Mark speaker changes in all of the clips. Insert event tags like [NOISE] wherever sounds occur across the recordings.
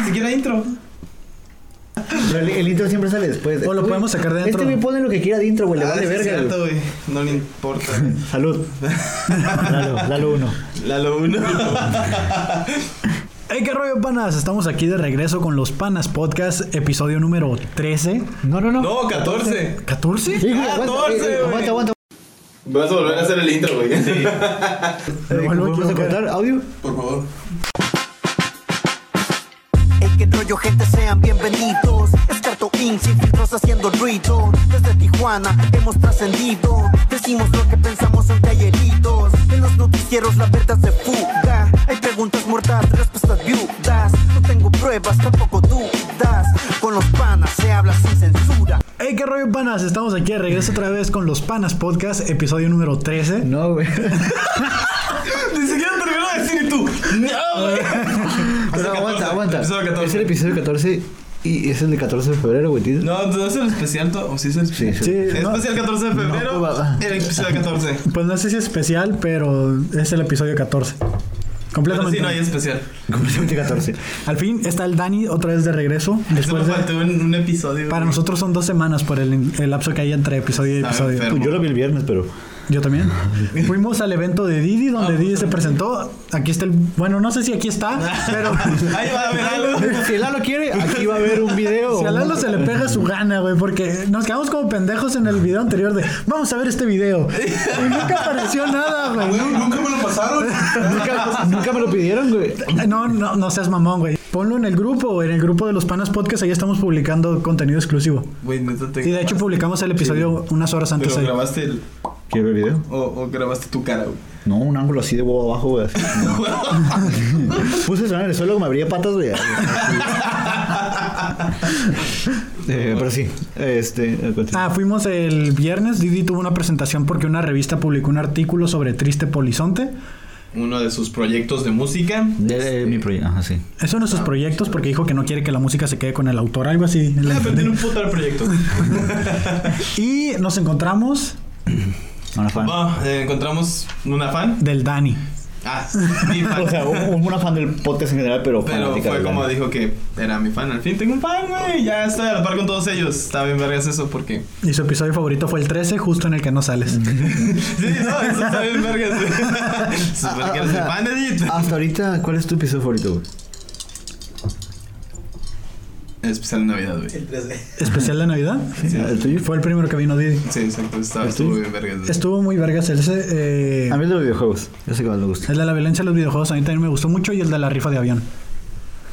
Speaker 1: ni siquiera intro.
Speaker 2: Pero el, el intro siempre sale después.
Speaker 3: O lo
Speaker 2: Uy,
Speaker 3: podemos sacar de dentro.
Speaker 2: Este me pone lo que quiera de intro, güey. Le
Speaker 1: Ah,
Speaker 2: vale
Speaker 1: sí es
Speaker 2: verga.
Speaker 1: cierto,
Speaker 2: güey.
Speaker 1: güey. No le importa.
Speaker 3: [LAUGHS]
Speaker 2: Salud. Lalo, Lalo 1.
Speaker 1: Lalo 1.
Speaker 3: ¡Hey, qué rollo, panas! Estamos aquí de regreso con los Panas Podcast, episodio número 13.
Speaker 2: No, no, no.
Speaker 1: No, 14.
Speaker 3: ¿14?
Speaker 2: Sí, güey,
Speaker 1: 14,
Speaker 2: aguanta, eh, eh,
Speaker 1: Ah, güey.
Speaker 2: aguanta, aguanta.
Speaker 1: Vas a volver a hacer el intro, güey. Sí.
Speaker 3: Me
Speaker 2: Eh,
Speaker 3: vuelvo a
Speaker 2: ¿Vas a
Speaker 3: equivocar.
Speaker 2: cortar audio?
Speaker 1: Por favor.
Speaker 4: El que rollo gente sean bienvenidos Escarto Inc. sin filtros haciendo ruido Desde Tijuana hemos trascendido Decimos lo que pensamos son talleritos En los noticieros la verdad se fuga Hay preguntas muertas, respuestas viudas No tengo pruebas, tampoco dudas Con los panas se habla sin censura
Speaker 3: ¡Hey, qué rollo, panas! Estamos aquí de regreso otra vez con los Panas Podcast, episodio número 13.
Speaker 2: No, güey.
Speaker 1: Ni siquiera terminó de decir y tú. No, güey.
Speaker 2: [LAUGHS] Pero
Speaker 1: Episodio
Speaker 2: aguanta,
Speaker 1: 14,
Speaker 2: aguanta.
Speaker 1: episodio 14.
Speaker 2: Es el episodio 14 y es el de 14 de febrero, güey. ¿tienes?
Speaker 1: No, ¿no es el especial? to- ¿O sí es el
Speaker 2: Sí,
Speaker 1: especial?
Speaker 2: sí.
Speaker 3: Sí,
Speaker 1: Es
Speaker 3: no,
Speaker 1: especial 14 de febrero.
Speaker 2: No, va-
Speaker 1: el episodio 14.
Speaker 3: pues no sé si es especial, pero es el episodio 14.
Speaker 1: Pero
Speaker 3: Completamente.
Speaker 1: sí, no hay especial.
Speaker 2: Completamente 14.
Speaker 3: Al fin está el Dani otra vez de regreso.
Speaker 1: Eso me
Speaker 3: Después de-
Speaker 1: faltó en un episodio.
Speaker 3: para
Speaker 1: güey.
Speaker 3: nosotros son dos semanas por el, el lapso que hay entre episodio y
Speaker 1: Está
Speaker 3: episodio.
Speaker 1: enfermo.
Speaker 2: Pues yo lo vi el viernes, pero.
Speaker 1: [LAUGHS]
Speaker 3: Yo también. Fuimos al evento de Didi donde
Speaker 1: Ah,
Speaker 3: Didi
Speaker 1: pues,
Speaker 3: se presentó. Aquí está el... Bueno, no sé si aquí está,
Speaker 1: [LAUGHS]
Speaker 3: pero...
Speaker 1: Ahí va a haber algo.
Speaker 2: [LAUGHS] Si Lalo quiere, aquí va a haber un video.
Speaker 3: Si a Lalo se le pega su gana, güey, porque nos quedamos como pendejos en el video anterior de vamos a ver este video. Y nunca apareció nada,
Speaker 1: [LAUGHS]
Speaker 3: güey.
Speaker 1: Nunca me lo pasaron.
Speaker 2: Nunca, nunca me lo pidieron, güey.
Speaker 3: Eh, No, no, no seas mamón, güey. Ponlo en el grupo, güey, en el grupo de los Panas Podcast, ahí estamos publicando contenido exclusivo.
Speaker 1: Güey, neta te.
Speaker 3: Y de hecho publicamos el episodio unas horas antes
Speaker 1: Pero
Speaker 3: ahí.
Speaker 1: grabaste el.
Speaker 2: ¿Quiere ver el video?
Speaker 1: O, o grabaste tu cara, güey. [LAUGHS]
Speaker 2: No, un ángulo así de huevo abajo, güey. así. Puse eso en el suelo, me abría patas, güey. [LAUGHS] Eh, pero sí, este.
Speaker 3: Ah, fuimos el viernes, Didi tuvo una presentación porque una revista publicó un artículo sobre Triste Polizonte.
Speaker 1: Uno de sus proyectos de música.
Speaker 2: mi proyecto, ajá, sí.
Speaker 3: Es uno de sus proyectos porque dijo que no quiere que la música se quede con el autor,
Speaker 1: [LAUGHS]
Speaker 3: algo así.
Speaker 1: Ah, pero tiene un puto al
Speaker 2: [LAUGHS]
Speaker 1: proyecto.
Speaker 3: Y nos encontramos
Speaker 2: Una fan.
Speaker 1: Ah, eh, encontramos una fan.
Speaker 3: del Dani.
Speaker 1: Ah, mi fan.
Speaker 2: O sea, un- una fan del podcast en general, pero.
Speaker 1: pero
Speaker 2: fanática
Speaker 1: fue
Speaker 2: de
Speaker 1: como
Speaker 2: Lalo.
Speaker 1: dijo que era mi fan. Al fin tengo un fan, güey. Ya estoy a la par con todos ellos. Está bien vergas eso porque. [LAUGHS]
Speaker 3: Y su episodio favorito fue el 13, justo en el que no sales.
Speaker 1: Sí, no, eso está bien vergas. [LAUGHS] güey. Super que
Speaker 2: Ah, o
Speaker 1: eres mi
Speaker 2: sea,
Speaker 1: fan, Edith.
Speaker 2: Hasta ahorita, ¿cuál es tu episodio favorito, güey?
Speaker 1: Especial de Navidad, güey.
Speaker 3: Especial de Navidad.
Speaker 2: Ah, ¿El tuyo?
Speaker 3: Fue el primero que vino Didi.
Speaker 1: Sí, exacto. Estaba,
Speaker 2: ¿Estoy?
Speaker 1: estuvo bien vergas. güey.
Speaker 3: Estuvo muy vergas ese. eh,
Speaker 2: A mí el de los videojuegos. Yo sé que más me gusta.
Speaker 3: el de la violencia de los videojuegos a mí también me gustó mucho y el de la rifa de avión.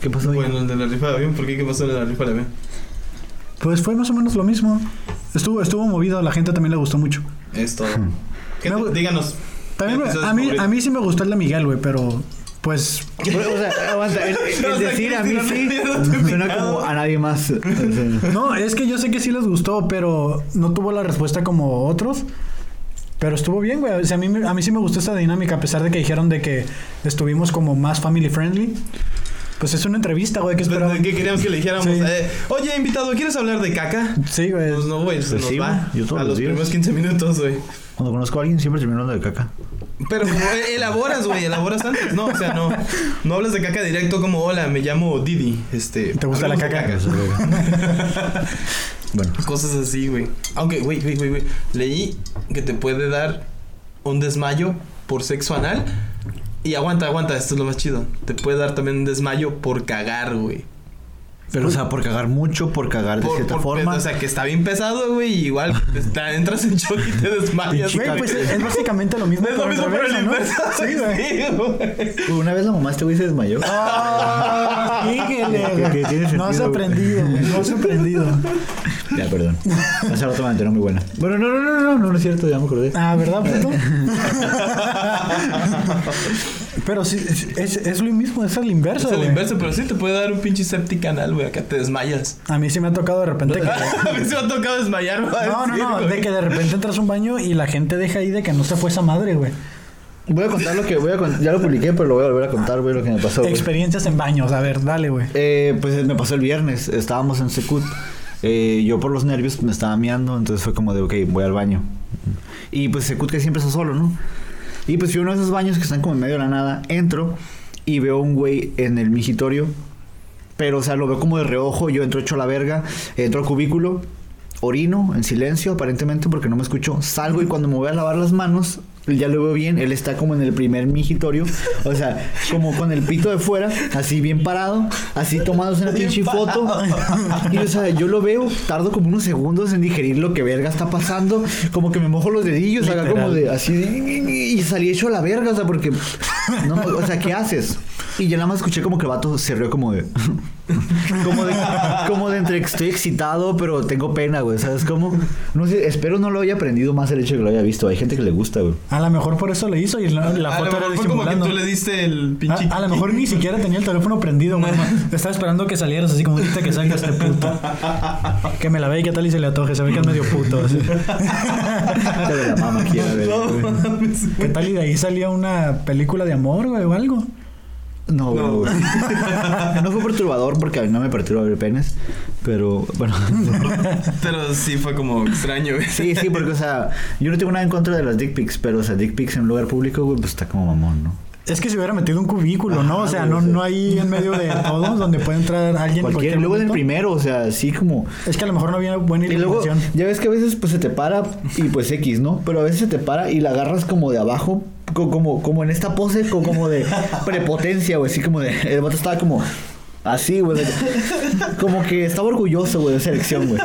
Speaker 2: ¿Qué pasó, güey?
Speaker 1: Bueno, el de la rifa de avión. ¿Por qué? ¿Qué pasó en la rifa de avión?
Speaker 3: Pues fue más o menos lo mismo. Estuvo, estuvo movido, a la gente también le gustó mucho.
Speaker 1: Es
Speaker 2: [LAUGHS]
Speaker 1: todo. ¿Qué
Speaker 3: Me
Speaker 1: te-
Speaker 3: gu-
Speaker 1: díganos.
Speaker 3: También me-
Speaker 1: episodios
Speaker 3: a, mí,
Speaker 1: favoritos.
Speaker 3: a mí sí me gustó el de Miguel, güey, pero pues
Speaker 2: O sea, aguanta, el,
Speaker 1: [LAUGHS]
Speaker 2: el
Speaker 1: No sé
Speaker 2: decir
Speaker 1: qué
Speaker 2: a mí
Speaker 1: decir,
Speaker 2: sí
Speaker 1: no te he
Speaker 2: suena
Speaker 1: picado.
Speaker 2: como a nadie más. O sea,
Speaker 3: No, es que yo sé que sí les gustó, pero no tuvo la respuesta como otros. Pero estuvo bien, güey. O sea, a, mí, me- a mí sí me gustó esta dinámica, a pesar de que dijeron de que estuvimos como más family friendly. Pues es una entrevista, güey, que esperaba.
Speaker 1: ¿Qué queríamos que le dijéramos?
Speaker 3: Sí.
Speaker 1: Eh, Oye, invitado, ¿quieres hablar de caca?
Speaker 3: Sí, güey.
Speaker 1: Pues no, güey, se
Speaker 2: Pues
Speaker 1: nos
Speaker 2: sí,
Speaker 1: va.
Speaker 2: güey, yo todos
Speaker 1: a
Speaker 2: los
Speaker 1: los
Speaker 2: días.
Speaker 1: primeros 15 minutos, güey.
Speaker 2: Cuando conozco a alguien siempre termino hablando de caca.
Speaker 1: Pero güey, elaboras, güey, elaboras antes, ¿no? O sea, no, no hablas de caca directo como, hola, me llamo Didi. Este,
Speaker 3: ¿Te gusta la
Speaker 1: hablemos de
Speaker 3: caca?
Speaker 1: [LAUGHS]
Speaker 2: bueno,
Speaker 1: Cosas así, güey. Aunque, güey, güey, güey, güey. Leí que te puede dar un desmayo por sexo anal. Y aguanta, aguanta, esto es lo más chido. Te puede dar también un desmayo por cagar, güey.
Speaker 2: pero o sea, por cagar mucho, por cagar de
Speaker 1: Por-
Speaker 2: cierta
Speaker 1: por-
Speaker 2: forma.
Speaker 1: O sea, que está bien pesado, güey. y Igual
Speaker 3: [LAUGHS]
Speaker 1: pues, te entras en shock y te desmayas.
Speaker 3: Güey,
Speaker 1: güey.
Speaker 3: pues es, es básicamente lo mismo.
Speaker 1: es lo
Speaker 3: pero
Speaker 1: mismo, pero
Speaker 3: al
Speaker 1: el
Speaker 3: revés,
Speaker 1: inverso.
Speaker 3: ¿no? Sí, güey.
Speaker 1: Sí, güey.
Speaker 2: Una vez la mamá este güey se desmayó.
Speaker 3: Ah, síguele,
Speaker 2: Que-
Speaker 3: güey.
Speaker 2: que tiene
Speaker 3: No has
Speaker 2: sentido, güey.
Speaker 3: aprendido, güey. No has aprendido.
Speaker 2: Ya, perdón. Hace rato me aventé una muy buena. Bueno, no, no, no, no, no, no es cierto, ya me acordé.
Speaker 3: Ah, ¿verdad,
Speaker 1: [LAUGHS]
Speaker 3: puto? Pero sí, es, es- es lo mismo, es el inverso,
Speaker 1: Es el
Speaker 3: güey.
Speaker 1: inverso, pero sí te puede dar un pinche septic anal, güey. Acá te desmayas.
Speaker 3: A mí sí me ha tocado de repente
Speaker 1: [LAUGHS]
Speaker 3: que...
Speaker 1: A mí se me ha tocado desmayar, güey.
Speaker 3: [LAUGHS] No, no, no, de que de repente entras a un baño y la gente deja ahí de que no se fue esa madre, güey.
Speaker 2: Voy a contar lo que voy a contar. Ya lo publiqué, pero lo voy a volver a contar, güey, lo que me pasó. güey.
Speaker 3: Experiencias en baños, a ver, dale, güey.
Speaker 2: Eh, pues me pasó el viernes, estábamos en Secut. Eh, yo por los nervios me estaba meando, entonces fue como de, ok, voy al baño. Y pues Secut que siempre está solo, ¿no? Y pues fui a uno de esos baños que están como en medio de la nada, entro y veo un güey en el migitorio, Pero, o sea, lo veo como de reojo. Yo entro hecho a la verga, entro al cubículo, orino en silencio, aparentemente, porque no me escucho. Salgo y cuando me voy a lavar las manos, ya lo veo bien. Él está como en el primer migitorio, o sea, como con el pito de fuera, así bien parado, así tomándose una pinche foto. [LAUGHS] Y, o sea, yo lo veo, tardo como unos segundos en digerir lo que verga está pasando. Como que me mojo los dedillos, acá
Speaker 3: Literal.
Speaker 2: como de así. de- y salí hecho a la verga, o sea, porque. no, o sea, ¿qué haces? Y yo nada más escuché como que el vato se rió como de. Como de, como de entre que estoy excitado, pero tengo pena, güey. ¿Sabes cómo? No sé, espero no lo haya aprendido más el hecho de que lo haya visto. Hay gente que le gusta, güey.
Speaker 3: A lo mejor por eso le hizo y la, la
Speaker 1: a lo
Speaker 3: foto era
Speaker 1: mejor fue como que
Speaker 3: disimulando.
Speaker 1: tú le diste el pinche.
Speaker 3: A, a
Speaker 1: [LAUGHS]
Speaker 3: lo mejor ni siquiera tenía el teléfono prendido, güey. Te estaba esperando que salieras así como ahorita que salga este puto. Que me la ve y qué tal y se le antoje. Se ve que es medio puto. así.
Speaker 2: Se ve la mama aquí, a ver,
Speaker 1: No,
Speaker 2: güey.
Speaker 1: mames.
Speaker 3: ¿Qué tal y de ahí salía una película de amor, güey, o algo?
Speaker 2: No, güey,
Speaker 1: No.
Speaker 2: güey. [LAUGHS] No. fue perturbador porque a mí no me perturba ver penes. Pero, bueno. [LAUGHS]
Speaker 1: Pero sí fue como extraño, güey.
Speaker 2: Sí, sí, porque, o sea, yo no tengo nada en contra de las dick pics, pero, o sea, dick pics en un lugar público, güey, pues está como mamón, ¿no?
Speaker 3: Es que se hubiera metido un cubículo, ¿no? O
Speaker 2: Ajá,
Speaker 3: sea,
Speaker 2: güey,
Speaker 3: no,
Speaker 2: o sea.
Speaker 3: no hay en medio de todos donde puede entrar alguien en
Speaker 2: Cualquier,
Speaker 3: cualquier
Speaker 2: luego en el
Speaker 3: momento.
Speaker 2: primero, o sea, sí como...
Speaker 3: Es que a lo mejor no había buena
Speaker 2: Y luego,
Speaker 3: iluminación.
Speaker 2: ya ves que a veces pues se te para y pues X, ¿no? Pero a veces se te para y la agarras como de abajo, co- como, como en esta pose, co- como de prepotencia, güey, así como de... El vato estaba como... Así, güey. de- Como que estaba orgulloso, güey, de esa elección, güey.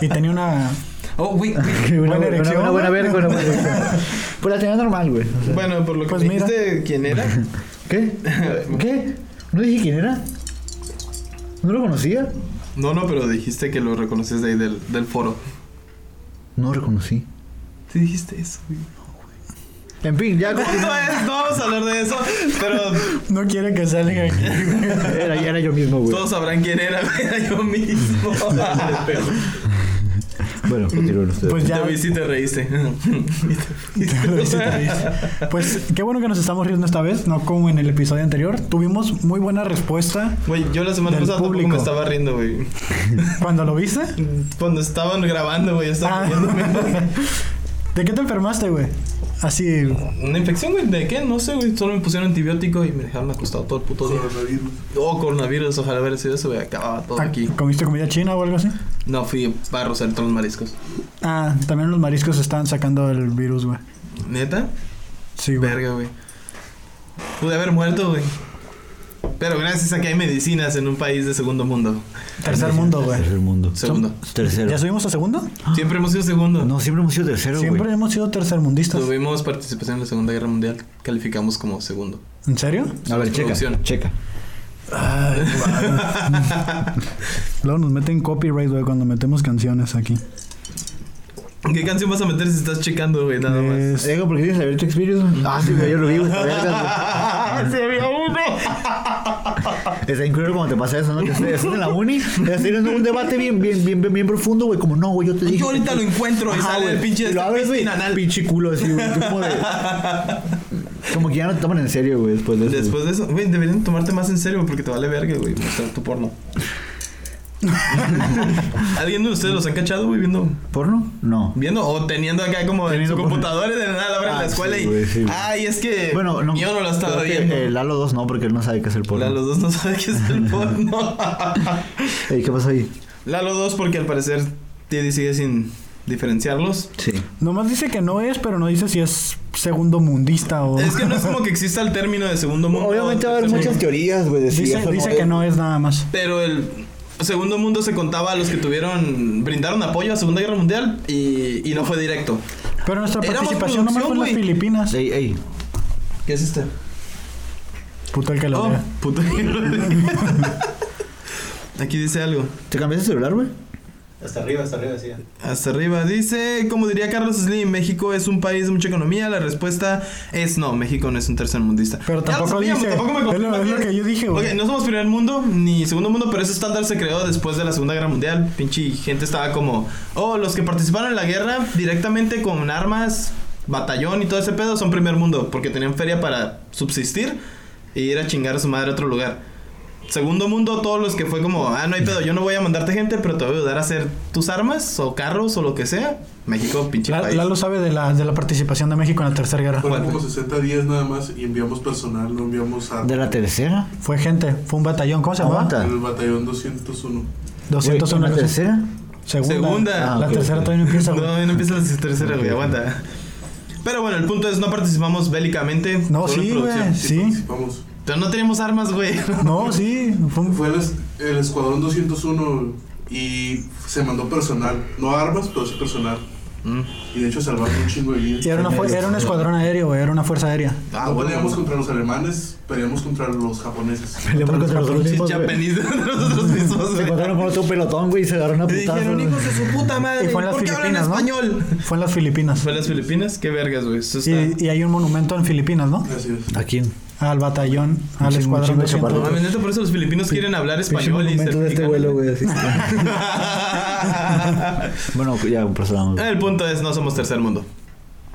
Speaker 3: Y tenía una...
Speaker 1: Oh, güey. güey.
Speaker 3: Buena
Speaker 2: buena,
Speaker 3: erección,
Speaker 2: buena, buena
Speaker 3: güey.
Speaker 2: verga, una buena erección. Pues la tenía normal, güey. o sea.
Speaker 1: Bueno, por lo que
Speaker 3: Pues
Speaker 1: me
Speaker 3: mira.
Speaker 1: dijiste quién
Speaker 3: [LAUGHS]
Speaker 1: era.
Speaker 2: ¿Qué? ¿Qué? ¿No dije quién era? ¿No lo conocía?
Speaker 1: No, no, pero dijiste que lo reconoces de ahí del, del foro.
Speaker 2: No lo reconocí.
Speaker 1: Sí dijiste eso, güey.
Speaker 2: En fin, ya
Speaker 1: No, es- no vamos a hablar de eso, pero
Speaker 3: No quiere que salga aquí,
Speaker 1: [LAUGHS]
Speaker 3: güey.
Speaker 2: era, era yo mismo, güey.
Speaker 1: todos sabrán quién era, [LAUGHS] güey. Era yo mismo.
Speaker 2: Bueno, continúen ustedes.
Speaker 3: Pues
Speaker 1: Ya
Speaker 3: ya...
Speaker 1: vi si te reíste.
Speaker 3: Lo viste, te viste. Pues qué bueno que nos estamos riendo esta vez, no como en el episodio anterior. Tuvimos muy buena respuesta
Speaker 1: Güey, yo la semana
Speaker 3: Del
Speaker 1: pasada tampoco
Speaker 3: público.
Speaker 1: me estaba riendo, güey.
Speaker 3: cuando lo viste.
Speaker 1: Cuando estaban grabando, güey, yo estaba
Speaker 3: Ah.
Speaker 1: riéndome.
Speaker 3: [LAUGHS] ¿De qué te enfermaste, güey? Así,
Speaker 1: Una infección, güey, ¿de qué? No sé, güey. Solo me pusieron antibiótico y me dejaron acostado todo el puto día. Coronavirus. Oh, coronavirus, ojalá hubiera sido eso, güey. Acababa
Speaker 3: Ah.
Speaker 1: todo aquí.
Speaker 3: ¿comiste comida china o algo así?
Speaker 1: No, fui a rozar todos los mariscos.
Speaker 3: Ah, también los mariscos estaban sacando el virus, güey.
Speaker 1: ¿Neta?
Speaker 3: Sí, güey.
Speaker 1: Verga, güey. Pude haber muerto, güey. Pero gracias a que hay medicinas en un país de segundo mundo.
Speaker 3: Tercer mundo, güey.
Speaker 2: Tercer mundo.
Speaker 1: Segundo.
Speaker 2: Tercero.
Speaker 3: ¿Ya subimos a segundo?
Speaker 1: Siempre hemos sido segundo.
Speaker 2: No, siempre hemos sido tercero, güey.
Speaker 3: Siempre hemos sido tercermundistas.
Speaker 1: Tuvimos participación en la Segunda Guerra Mundial. Calificamos como segundo.
Speaker 3: ¿En serio?
Speaker 2: A ver, checa,
Speaker 1: Producción.
Speaker 2: checa.
Speaker 3: Ay, Luego nos meten copyright, güey, cuando metemos canciones aquí.
Speaker 1: ¿Qué canción vas a meter si estás checando, güey? Nada más.
Speaker 3: Es-
Speaker 2: Digo, ¿por qué tienes abierto Xvideos? güey? Ah, sí, güey, yo lo vi, güey. esta verga, [LAUGHS]
Speaker 1: ¡Se vio uno!
Speaker 2: güey. Está increíble cuando te pasa eso, ¿no? Que estás estás en la uni, estás teniendo un debate bien, bien, bien, bien, bien profundo, güey. Como, no, güey, yo te dije.
Speaker 1: Yo ahorita lo encuentro y
Speaker 2: Ajá,
Speaker 1: sale
Speaker 2: güey.
Speaker 1: el pinche
Speaker 2: Y lo abres, güey,
Speaker 1: intestino anal.
Speaker 2: pinche culo así, güey. Como de... [LAUGHS] Como que ya no te toman en serio, güey, después de eso. güey.
Speaker 1: Después de eso, güey, deberían tomarte más en serio porque te vale verga, güey, mostrar tu
Speaker 2: [LAUGHS]
Speaker 1: porno. ¿Alguien de ustedes los han cachado, güey, viendo,
Speaker 2: ¿Porno? No.
Speaker 1: viendo o teniendo acá como en su
Speaker 2: porno.
Speaker 1: computadora y de la nada la abren en
Speaker 2: Ah,
Speaker 1: la escuela
Speaker 2: sí,
Speaker 1: y.
Speaker 2: güey, sí, güey.
Speaker 1: Ay, es que.
Speaker 2: Bueno, Eh, no.
Speaker 1: Yo no lo estaba
Speaker 2: creo que,
Speaker 1: viendo.
Speaker 2: eh, Lalo 2 no, porque él no sabe qué es el porno.
Speaker 1: Lalo 2 no sabe qué es
Speaker 2: [LAUGHS]
Speaker 1: el porno.
Speaker 2: Ey, ¿qué pasa ahí?
Speaker 1: Lalo 2 porque al parecer Teddy sigue sin diferenciarlos.
Speaker 2: Sí.
Speaker 3: Nomás dice que no es, pero no dice si es segundo mundista o...
Speaker 1: Es que no es como que exista el término de segundo mundo.
Speaker 2: Obviamente va a haber
Speaker 1: tercer
Speaker 2: muchas
Speaker 1: mundo.
Speaker 2: teorías, güey. de si
Speaker 3: [LAUGHS] Dice,
Speaker 2: eso
Speaker 3: dice
Speaker 2: es.
Speaker 3: que no es nada más.
Speaker 1: Pero el segundo mundo se contaba a los que tuvieron, brindaron apoyo a Segunda Guerra Mundial y, y no fue directo.
Speaker 3: Pero nuestra
Speaker 1: Éramos
Speaker 3: participación nomás fue en las
Speaker 1: producción, güey.
Speaker 3: Filipinas.
Speaker 2: Ey, ey.
Speaker 1: ¿Qué es este?
Speaker 3: Puto el que lo
Speaker 1: Oh,
Speaker 3: vea.
Speaker 1: puto. [LAUGHS] Aquí dice algo.
Speaker 2: ¿Te cambiaste de celular, güey?
Speaker 5: Hasta arriba, hasta arriba, decía.
Speaker 1: Hasta arriba dice, como diría Carlos Slim, México es un país de mucha economía. La respuesta es no, México no es un tercer mundista.
Speaker 3: Pero
Speaker 1: Ya lo
Speaker 3: tampoco
Speaker 1: sabíamos,
Speaker 3: dice-
Speaker 1: tampoco me
Speaker 3: es lo-
Speaker 1: confirma
Speaker 3: es lo
Speaker 1: bien.
Speaker 3: que yo dije, güey.
Speaker 1: Ok, no somos primer mundo ni segundo mundo, pero ese estándar se creó después de la Segunda Guerra Mundial. Pinche gente estaba como, oh, los que participaron en la guerra directamente con armas, batallón y todo ese pedo son primer mundo, porque tenían feria para subsistir e ir a chingar a su madre a otro lugar. segundo mundo, todos los que fue como, ah, no hay pedo, yo no voy a mandarte gente, pero te voy a ayudar a hacer tus armas o carros o lo que sea. México, pinche
Speaker 3: La-
Speaker 1: país.
Speaker 3: Lalo sabe de la, de la participación de México en la Tercera Guerra.
Speaker 1: ¿Cuál?
Speaker 6: Fueron como 60 días nada más y enviamos personal, no enviamos a
Speaker 2: De la tercera.
Speaker 3: Fue gente, fue un batallón. ¿Cómo se llamaba?
Speaker 2: Aguanta.
Speaker 6: el batallón 201.
Speaker 2: Güey,
Speaker 3: 201.
Speaker 2: ¿en ¿La tercera?
Speaker 3: Segunda.
Speaker 1: Segunda.
Speaker 2: Ah,
Speaker 3: la
Speaker 2: ok,
Speaker 3: tercera
Speaker 2: ok.
Speaker 3: todavía no empieza.
Speaker 1: No,
Speaker 3: güey.
Speaker 1: no empieza la tercera, güey, aguanta. Pero bueno, el punto es, no participamos bélicamente.
Speaker 3: No,
Speaker 1: solo en
Speaker 3: sí,
Speaker 1: producción.
Speaker 3: güey. Sí.
Speaker 6: Participamos.
Speaker 1: Pero no teníamos armas, güey. [LAUGHS]
Speaker 3: No, sí. Fue un-
Speaker 6: Fue el, es- el escuadrón 201 y se mandó personal. No armas, pero sí personal.
Speaker 1: Mm.
Speaker 6: Y de hecho salvaron un chingo de vidas.
Speaker 3: y era, una, fu- era un escuadrón aéreo, güey. Era una fuerza aérea.
Speaker 1: Ah,
Speaker 6: no
Speaker 1: bueno.
Speaker 6: peleamos contra los alemanes, peleamos contra los
Speaker 3: [LAUGHS]
Speaker 6: japoneses.
Speaker 2: Peleamos contra nosotros
Speaker 3: pues,
Speaker 1: Pinches
Speaker 2: mismos, güey.
Speaker 1: japoneses de nosotros mismos,
Speaker 2: Se
Speaker 1: güey.
Speaker 2: encontraron con otro pelotón, güey, y se agarraron a
Speaker 1: Y
Speaker 2: putazos.
Speaker 1: dijeron, hijos de su puta madre,
Speaker 3: Y fue en las
Speaker 1: ¿por qué hablan
Speaker 3: Filipinas, ¿no?
Speaker 1: español? [LAUGHS]
Speaker 3: Fue en las Filipinas.
Speaker 1: ¿Fue a las Filipinas? Qué vergas, güey. Eso está...
Speaker 3: Y, y hay un monumento en Filipinas, ¿no?
Speaker 6: Así es.
Speaker 2: ¿A quién?
Speaker 3: Al batallón, al
Speaker 2: Sí, un
Speaker 3: escuadrón
Speaker 2: chingo de
Speaker 3: 201.
Speaker 1: No mames, neta, por eso los filipinos quieren hablar
Speaker 2: Pinche
Speaker 1: español y ser
Speaker 2: monumento de este
Speaker 1: mexicanos,
Speaker 2: vuelo, güey. así. bueno, ya procedamos. güey.
Speaker 1: [LAUGHS] El punto es, no somos tercer mundo.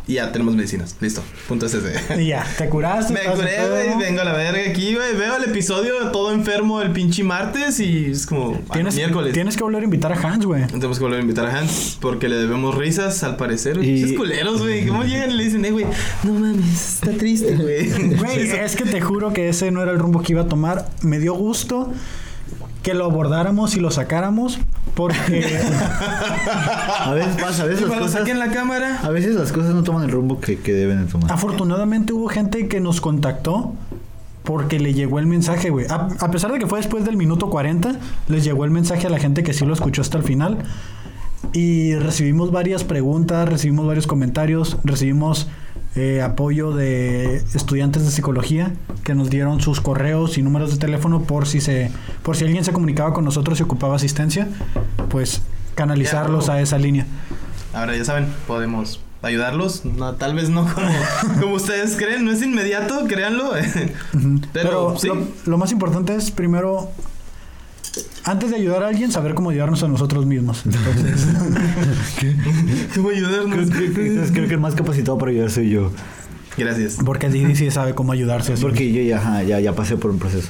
Speaker 1: Y ya tenemos medicinas. Listo. Punto es
Speaker 3: [LAUGHS]
Speaker 1: ese.
Speaker 3: Y ya, te curaste.
Speaker 1: Me
Speaker 3: estás
Speaker 1: curé, güey.
Speaker 3: enfermo.
Speaker 1: Vengo a la verga aquí, güey. Veo el episodio todo enfermo el pinche martes y es como ah,
Speaker 3: Tienes,
Speaker 1: miércoles.
Speaker 3: tienes que volver a invitar a Hans, güey.
Speaker 1: Tenemos que volver a invitar a Hans porque le debemos risas al parecer.
Speaker 2: Y-
Speaker 1: Pinches culeros, güey. ¿Cómo llegan y le dicen, eh, güey? No mames, está triste, güey.
Speaker 3: [LAUGHS] Güey, eh, es que te juro que ese no era el rumbo que iba a tomar. Me dio gusto que lo abordáramos y lo sacáramos porque
Speaker 2: A [LAUGHS] veces pasa, a
Speaker 1: Y
Speaker 2: veces las
Speaker 1: cuando
Speaker 2: cosas...
Speaker 1: saquen la cámara.
Speaker 2: A veces las cosas no toman el rumbo que, que deben de tomar.
Speaker 3: afortunadamente hubo gente que nos contactó porque le llegó el mensaje, güey. A, a pesar de que fue después del minuto 40, les llegó el mensaje a la gente que sí lo escuchó hasta el final. Y recibimos varias preguntas, recibimos varios comentarios, recibimos eh, apoyo de estudiantes de psicología que nos dieron sus correos y números de teléfono por si se, por si alguien se comunicaba con nosotros y ocupaba asistencia, pues canalizarlos
Speaker 1: Ya,
Speaker 3: a esa línea.
Speaker 1: Ahora ya saben, podemos ayudarlos. No, tal vez no
Speaker 2: [LAUGHS]
Speaker 1: como, como ustedes creen, no es inmediato, créanlo. [LAUGHS]
Speaker 3: Ujú.
Speaker 1: Pero,
Speaker 3: Pero,
Speaker 1: sí.
Speaker 3: lo, lo más importante es primero, antes de ayudar a alguien, saber cómo ayudarnos a nosotros mismos. Entonces,
Speaker 1: ¿Cómo ayudarnos?
Speaker 2: Entonces creo que el más capacitado para ayudar soy yo.
Speaker 1: Gracias.
Speaker 3: porque Didi sí sabe cómo ayudarse. a sí
Speaker 2: Porque yo ya, ajá, ya, ya pasé por un proceso.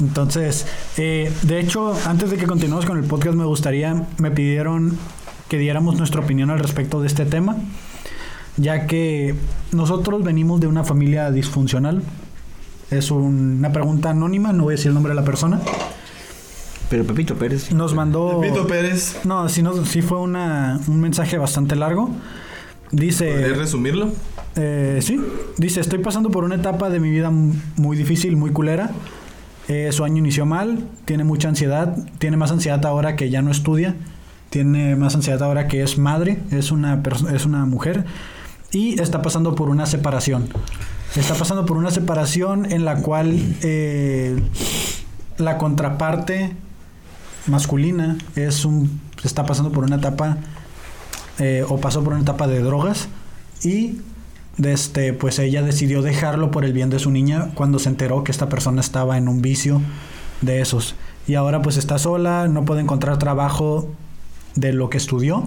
Speaker 3: Entonces, eh, de hecho, antes de que continuemos con el podcast, me gustaría, me pidieron que diéramos nuestra opinión al respecto de este tema, ya que nosotros venimos de una familia disfuncional. Es una pregunta anónima, no voy a decir el nombre de la persona.
Speaker 2: Pero Pepito Pérez.
Speaker 3: Nos
Speaker 2: Oh.
Speaker 3: mandó...
Speaker 1: Pepito Pérez.
Speaker 3: No, sí, no, sí fue una, un mensaje bastante largo.
Speaker 1: ¿Podrías
Speaker 3: Dice,
Speaker 1: resumirlo?
Speaker 3: eh, sí, dice, estoy pasando por una etapa de mi vida m- muy difícil, muy culera. Eh, su año inició mal, tiene mucha ansiedad, tiene más ansiedad ahora que ya no estudia, tiene más ansiedad ahora que es madre, es una, pers- es una mujer y está pasando por una separación. Está pasando por una separación en la cual eh, la contraparte masculina es un está pasando por una etapa eh, o pasó por una etapa de drogas y de este pues ella decidió dejarlo por el bien de su niña cuando se enteró que esta persona estaba en un vicio de esos y ahora pues está sola no puede encontrar trabajo de lo que estudió